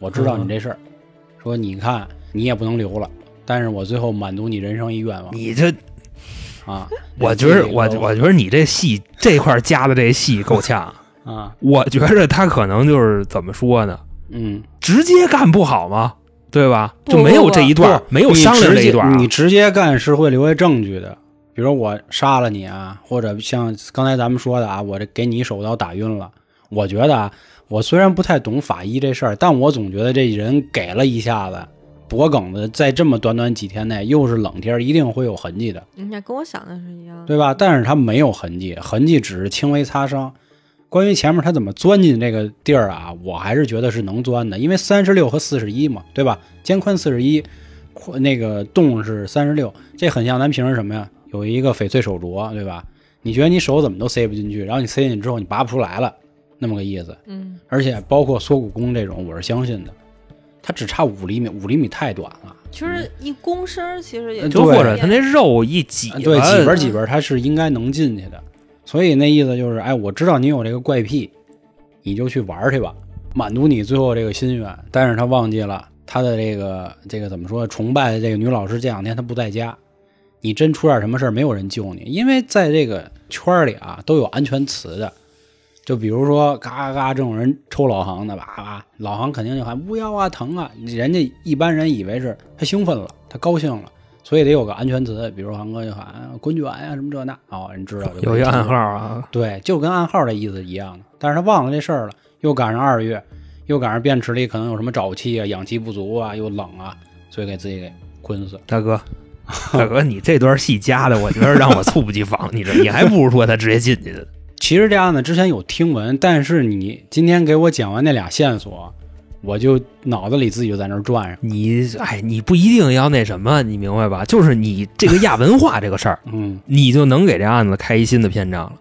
A: 我知道
C: 嗯
A: 你这事儿，说你看你也不能留了，但是我最后满足你人生一愿望
C: 你这
A: 啊！
C: 我觉得
A: 这个
C: 我我觉得你这戏这块儿加的这戏 够呛，
A: 啊
C: 我觉着他可能就是怎么说呢，
A: 嗯，
C: 直接干不好吗？对吧？
D: 不
C: 就没有这一段儿
A: 不，
C: 没有商量这一段儿啊
A: 你直接，你直接干是会留下证据的。比如我杀了你啊，或者像刚才咱们说的啊，我这给你一手刀打晕了。我觉得啊，我虽然不太懂法医这事儿，但我总觉得这人给了一下子，脖梗子在这么短短几天内，又是冷天儿，一定会有痕迹的，
D: 你看跟我想的是一样的。
A: 对吧？但是他没有痕迹，痕迹只是轻微擦伤。关于前面他怎么钻进这个地儿啊，我还是觉得是能钻的，因为三十六和四十一嘛，对吧？肩宽四十一，宽那个洞是三十六，这很像咱平时什么呀？有一个翡翠手镯，对吧？你觉得你手怎么都塞不进去，然后你塞进去之后你拔不出来了，那么个意思。
D: 嗯，
A: 而且包括缩骨功这种，我是相信的，它只差五厘米，五厘米太短了。
D: 其实一躬身儿其实也
A: 嗯
C: 就
A: 对
C: 或者他那肉一挤
A: 啊，对，几
C: 了
A: 本几本它是应该能进去的。所以那意思就是，哎，我知道你有这个怪癖，你就去玩儿去吧，满足你最后这个心愿。但是他忘记了他的这个这个怎么说，崇拜的这个女老师这两天她不在家，你真出点什么事儿，没有人救你，因为在这个圈儿里啊，都有安全词的。就比如说，嘎嘎嘎，这种人抽老行的，吧吧，老行肯定就喊“乌腰啊，疼啊”，人家一般人以为是他兴奋了，他高兴了，所以得有个安全词，比如航哥就喊啊“滚卷呀、什么这那，哦，人知道就
C: 有一暗号， 啊，
A: 对，就跟暗号的意思一样的。但是他忘了这事儿了，又赶上二月，又赶上便池里可能有什么沼气啊、氧气不足啊，又冷啊，所以给自己给困死。
C: 大哥。大哥，你这段戏加的，我觉得让我猝不及 防。你这，你还不如说他直接进去的。
A: 其实这案子之前有听闻，但是你今天给我讲完那俩线索，我就脑子里自己就在那儿转上。
C: 你，哎，你不一定要那什么，你明白吧？就是你这个亚文化这个事儿，
A: 嗯，
C: 你就能给这案子开一新的篇章了。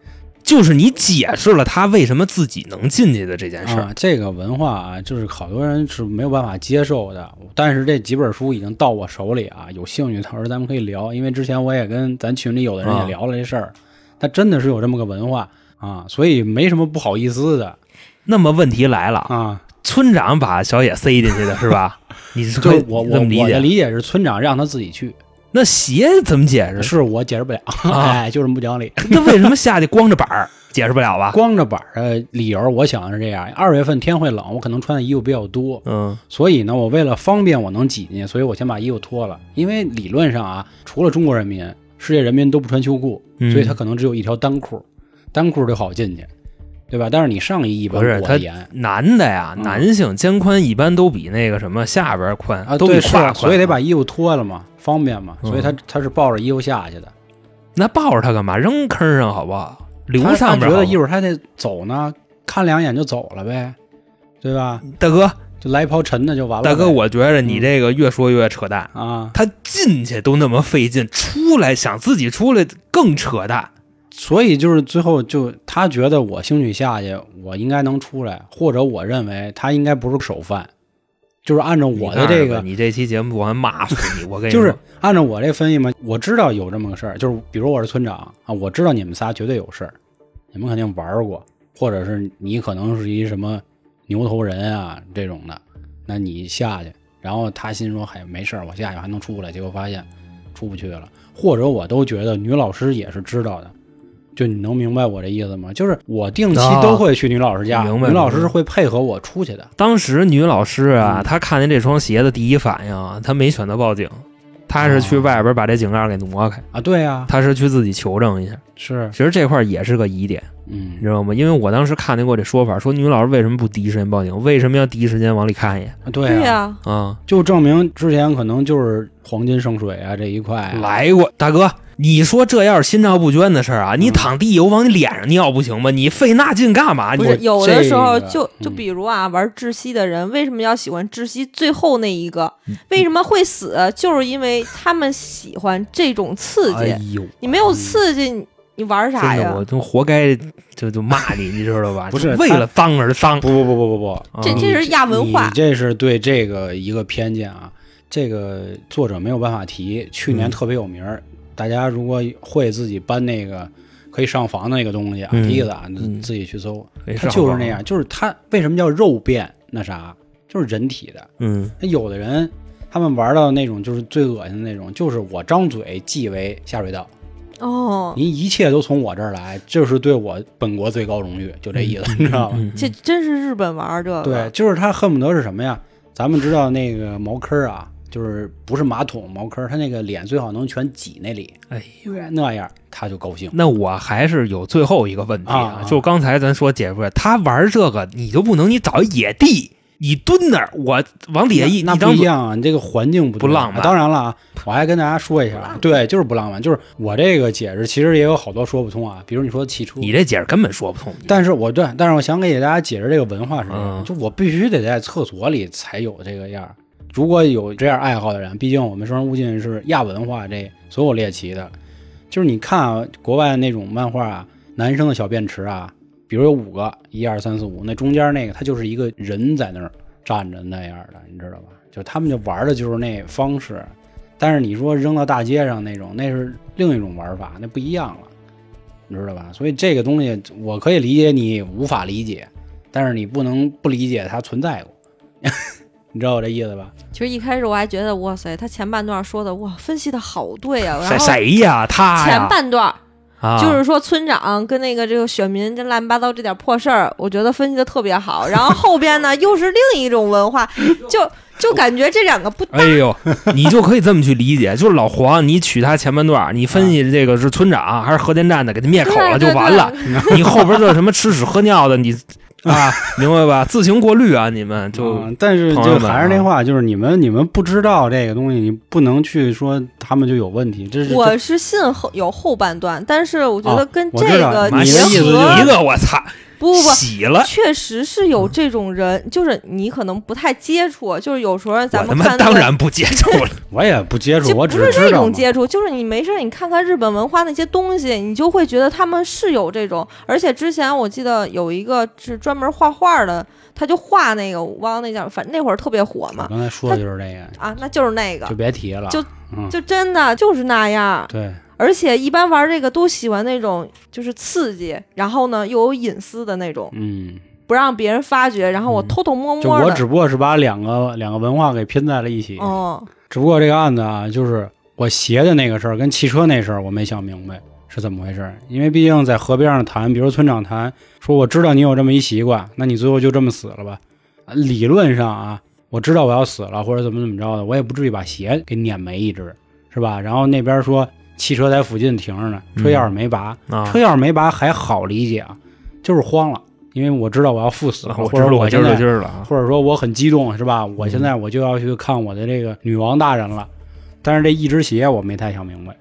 C: 就是你解释了他为什么自己能进去的这件事儿，
A: 啊，这个文化啊，就是好多人是没有办法接受的。但是这几本书已经到我手里啊，有兴趣到时候咱们可以聊，因为之前我也跟咱群里有的人也
C: 啊
A: 聊了这事儿，他真的是有这么个文化啊，所以没什么不好意思的
C: 那么问题来了，
A: 啊。
C: 村长把小野塞进去的 是吧？你是
A: 就
C: 可以
A: 是我
C: 你
A: 我
C: 这么理
A: 我的
C: 解？
A: 理解是，村长让他自己去，
C: 那鞋怎么解 释？
A: 是我解释不了，
C: 啊
A: 哎，就这么不讲理。
C: 那为什么下去光着板儿解释不了吧？
A: 啊光着板儿的理由，我想是这样：二月份天会冷，我可能穿的衣服比较多，
C: 嗯，
A: 所以呢，我为了方便我能挤进去，所以我先把衣服脱了。因为理论上啊，除了中国人民，世界人民都不穿秋裤，
C: 嗯
A: 所以他可能只有一条单裤，单裤就好进去，对吧？但是你上衣一般
C: 不是
A: 裹得
C: 他
A: 严
C: 男的呀，
A: 嗯
C: 男性肩宽一般都比那个什么下边宽，
A: 啊，
C: 都
A: 对
C: 比
A: 是
C: 胯
A: 啊，
C: 宽，
A: 所以得把衣服脱了嘛，方便嘛，
C: 嗯
A: 所以他他是抱着衣服下去的。
C: 那抱着他干嘛？扔坑上好不好？留
A: 他
C: 上
A: 他
C: 边
A: 觉
C: 好
A: 得
C: 不
A: 一会儿他得走呢，看两眼就走了呗，对吧？
C: 好大哥，
A: 就来一泡沉的就完了呗。
C: 大哥，我觉着
A: 嗯
C: 你这个越说越扯淡。
A: 啊，
C: 他进去都那么费劲，出来想自己出来更扯淡。
A: 所以就是最后就他觉得我兴许下去，我应该能出来，或者我认为他应该不是首犯，就是按照我的这个，
C: 你这期节目我还骂死你，我跟你
A: 就
C: 说
A: 是按照我这分析嘛，我知道有这么个事儿，就是比如我是村长啊，我知道你们仨绝对有事儿，你们肯定玩儿过，或者是你可能是一什么牛头人啊这种的，那你下去，然后他心说，嘿，没事儿，我下去还能出来，结果发现出不去了，或者我都觉得女老师也是知道的，就你能明白我这意思吗？就是我定期
C: 啊
A: 都会去女老师家，
C: 明白
A: 女老师
C: 明白
A: 是会配合我出去的。
C: 当时女老师啊，
A: 嗯
C: 她看见这双鞋的第一反应啊，她没选择报警，她是去
A: 哦
C: 外边把这井盖给挪开，
A: 啊，对呀、
C: 她是去自己求证一下。
A: 是，
C: 其实这块儿也是个疑点，你知
A: 嗯，
C: 道吗？因为我当时看见过这说法，说女老师为什么不第一时间报警，为什么要第一时间往里看一眼
A: 啊对
D: 对
A: 呀、
D: 呀、
C: 啊？
A: 就证明之前可能就是黄金圣水啊这一块啊、
C: 来过，大哥，你说这要是心照不宣的事儿啊，你
A: 嗯
C: 躺地以后往你脸上尿不行吗？你费那劲干嘛？
D: 不
C: 你
D: 是有的时候
A: 这个
D: 就
A: 嗯
D: 就比如啊，玩窒息的人为什么要喜欢窒息最后那一个？为什么会死？就是因为他们喜欢这种刺激。
C: 哎呦，
D: 你没有刺激，你你玩啥
C: 真
D: 呀
C: 的，？我就活该就就骂你，你知道吧？
A: 不是
C: 为了脏而脏，
A: 不不不不不不，
C: 啊
D: 这这
A: 你
D: 是亚文化
A: 你这是对这个一个偏见啊。这个作者没有办法提，去年
C: 嗯
A: 特别有名儿。大家如果会自己搬那个可以上房的那个东西啊，
C: 嗯
A: 梯子啊，
C: 嗯
A: 自己去搜，
C: 没啊事
A: 它就是那样。。就是它为什么叫肉变？那啥，就是人体的。
C: 嗯，
A: 那有的人他们玩到那种就是最恶心的那种，就是我张嘴即为下水道，
D: 哦，
A: 您一切都从我这儿来，就是对我本国最高荣誉，就这意思，你知道吗？
C: 嗯
D: 这真是日本玩 儿这个。
A: 对，，就是他恨不得是什么呀？咱们知道那个茅坑儿啊，就是不是马桶茅坑儿，他那个脸最好能全挤那里，
C: 哎
A: 那样他就高兴。
C: 那我还是有最后一个问题
A: 啊啊
C: 就刚才咱说解出来，他玩这个，你就不能你找一野地，你蹲那儿，我往底下一
A: 那那
C: 一
A: 不
C: 张
A: 一
C: 嘴，
A: 样啊，你这个环境不
C: 不
A: 对
C: 浪漫
A: 啊当然了啊，我还跟大家说一下啊，对，就是不浪漫。就是我这个解释其实也有好多说不通啊，比如你说汽车，
C: 你这解释根本说不通。
A: 但是我对，但是我想给大家解释这个文化是这样，
C: 嗯
A: 就我必须得在厕所里才有这个样儿。如果有这样爱好的人，毕竟我们《生人勿近》是亚文化这所有猎奇的，就是你看啊，国外那种漫画啊，男生的小便池啊，比如有五个，一二三四五，那中间那个他就是一个人在那儿站着那样的，你知道吧？就他们就玩的就是那方式，但是你说扔到大街上那种，那是另一种玩法，那不一样了，你知道吧？所以这个东西我可以理解你无法理解，但是你不能不理解它存在过， 你知道我这意思吧？
D: 其实一开始我还觉得，哇塞，他前半段说的，哇，分析的好对呀、然
C: 谁
D: 后
C: 谁呀？他
D: 前
C: 呀？
D: 半段
C: 啊，
D: 就是说村长跟那个这个选民这乱七八糟这点破事儿，我觉得分析的特别好。然后后边呢又是另一种文化，就就感觉这两个不搭
C: 哎。呦，你就可以这么去理解，就是老黄，你取他前半段，你分析这个是村长还是核电站的，给他灭口哎了就
D: 对对
C: 完了。你后边这什么吃屎喝尿的， 你啊，明白吧？自行过滤啊，你们就
A: 嗯但是
C: 朋友
A: 就
C: 们啊
A: 还是那话，就是你们你们不知道这个东西，你不能去说他们就有问题，这是
D: 我是信后有后半段，但是我觉得
A: 啊
D: 跟
A: 我
D: 这
A: 知道
D: 个
A: 你的
D: 结
A: 意思就
D: 合
A: 是
C: 一个我操，
D: 不不不，
C: 洗了。
D: 确实是
A: 嗯
D: 有这种人，就是你可能不太接触，就是有时候咱
C: 我他
D: 们
C: 妈
D: 看那
C: 当
D: 个
C: 然不接触 了，
A: 我也不接触，
D: 就
A: 我
D: 不
A: 只
D: 是
A: 知
D: 那
A: 道
D: 种
A: 嘛。
D: 接触，就是你没事儿，你看看日本文化那些东西，你就会觉得他们是有这种。而且之前我记得有一个是专门画画的，他就画那个，我忘了那叫，反正那会儿特别火
A: 我
D: 嘛。
A: 刚才说的就是这个，
D: 啊，那就是那个
A: 就，别提了。
D: 就
A: 嗯，
D: 就真的就是那样。
A: 对，
D: 而且一般玩这个都喜欢那种就是刺激，然后呢又有隐私的那种，
A: 嗯，
D: 不让别人发觉，然后
C: 嗯
D: 我偷偷摸
A: 就
D: 摸
A: 我
D: 的。
A: 只不过是把两个两个文化给拼在了一起。
D: 哦，
A: 只不过这个案子啊，就是我鞋的那个事儿跟汽车那事儿，我没想明白是怎么回事儿。因为毕竟在河边上谈，比如村长谈，说我知道你有这么一习惯，那你最后就这么死了吧？理论上啊，我知道我要死了或者怎么怎么着的，我也不至于把鞋给碾没一只，是吧？然后那边说汽车在附近停着呢，车钥匙没拔，
C: 啊
A: 车钥匙没拔还好理解啊，就是慌了，因为我知道我要赴死了，
C: 啊我
A: 或
C: 知
A: 者
C: 道我
A: 我
C: 今
A: 现在
C: 儿就今儿了啊，
A: 或者说我很激动，是吧？我
C: 嗯
A: 现在我就要去看我的这个女王大人了。但是这一只鞋我没太想明白，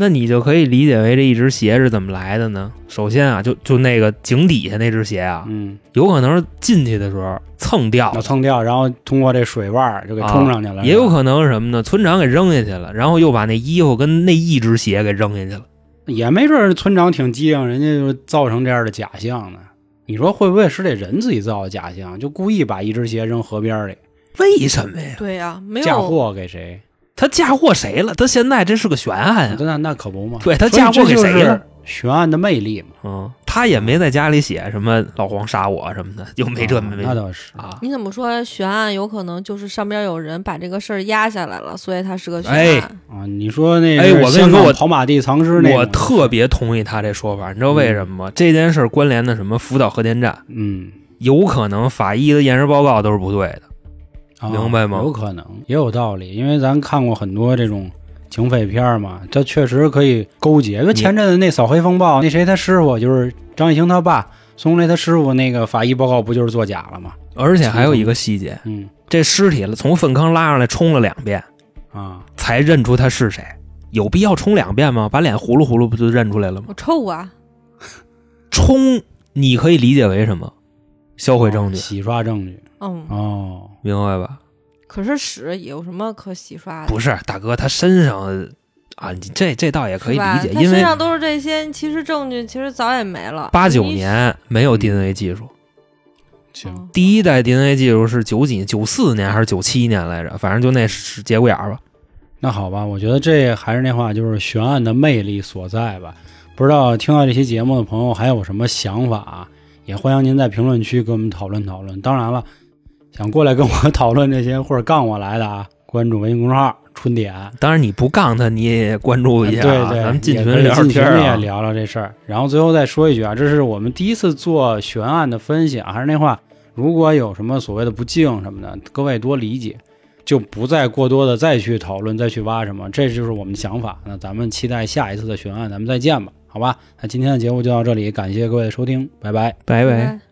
C: 那你就可以理解为这一只鞋是怎么来的呢？首先啊，就就那个井底下那只鞋啊，
A: 嗯，
C: 有可能是进去的时候蹭掉
A: 要，蹭掉，然后通过这水腕儿就给冲上去了，
C: 啊也有可能是什么呢？村长给扔下去了，然后又把那衣服跟那一只鞋给扔下去了。
A: 也没准儿村长挺机灵，人家就造成这样的假象呢。你说会不会是这人自己造的假象，就故意把一只鞋扔河边儿里，
C: 为什么呀？
D: 对呀、
C: 哎
D: 没
A: 嫁
D: 有
A: 祸给谁？
C: 他嫁祸谁了？他现在这是个悬案啊！
A: 那那可不嘛，
C: 对他
A: 所以
C: 嫁祸
A: 这
C: 给
A: 就
C: 谁
A: 是
C: 了？
A: 悬案的魅力嘛，
C: 嗯，他也没在家里写什么老黄杀我什么的，就没这
A: 啊
C: 没
A: 那倒是
C: 啊。
D: 你怎么说悬案有可能就是上边有人把这个事儿压下来了，所以它是个悬
C: 哎
D: 案。
A: 啊！你说那
C: 哎
A: 是
C: 我跟你
A: 香
C: 说
A: 港
C: 我
A: 跑马地藏尸那
C: 我
A: 种
C: 特别同意他这说法，你知道为什么吗？这件事儿关联的什么福岛核电站，
A: 嗯，
C: 有可能法医的验尸报告都是不对的。
A: 啊
C: 明白吗
A: 有可能也有道理，因为咱看过很多这种警匪片儿嘛，这确实可以勾结。因为
C: 你
A: 前阵子那扫黑风暴，那谁他师傅就是张艺兴他爸，孙红雷他师傅那个法医报告不就是作假了吗？
C: 而且还有一个细节，
A: 嗯
C: 这尸体从粪坑拉上来冲了两遍，
A: 啊，
C: 才认出他是谁。有必要冲两遍吗？把脸糊噜糊噜不就认出来了吗？
D: 我臭啊！
C: 冲，你可以理解为什么？销毁证据，
A: 洗刷证据
D: 嗯，
A: 哦，
C: 明白吧？
D: 可是屎有什么可洗刷的？
C: 不是，大哥，他身上啊，你这这倒也可以
D: 是吧
C: 理解，
D: 他
C: 因
D: 身
C: 为
D: 上都是这些，其实证据其实早也没了。
C: 八九
D: 你
C: 年没有
A: 嗯
C: DNA 技术，
A: 行，
D: 嗯
C: 第一代 DNA 技术是九几九四年还是九七年来着？反正就那是节骨眼儿吧。
A: 那好吧，我觉得这还是那话，就是悬案的魅力所在吧。不知道听到这期节目的朋友还有什么想法、啊，也欢迎您在评论区跟我们讨论讨论。当然了，想过来跟我 讨论这些或者杠我来的啊，关注微信公众号“春点”，
C: 当然你不杠他，你也关注一
A: 对
C: 下、啊，
A: 对，
C: 咱们进
A: 也
C: 群
A: 可以
C: 聊
A: 进
C: 天
A: 群也
C: 儿、啊。
A: 聊聊这事儿。然后最后再说一句啊，这是我们第一次做悬案的分析啊，还是那话，如果有什么所谓的不敬什么的，各位多理解，就不再过多的再去讨论、再去挖什么，这就是我们的想法。那咱们期待下一次的悬案，咱们再见吧，好吧？那今天的节目就到这里，感谢各位的收听，拜拜。
C: 拜
D: 拜
C: 拜。
D: 拜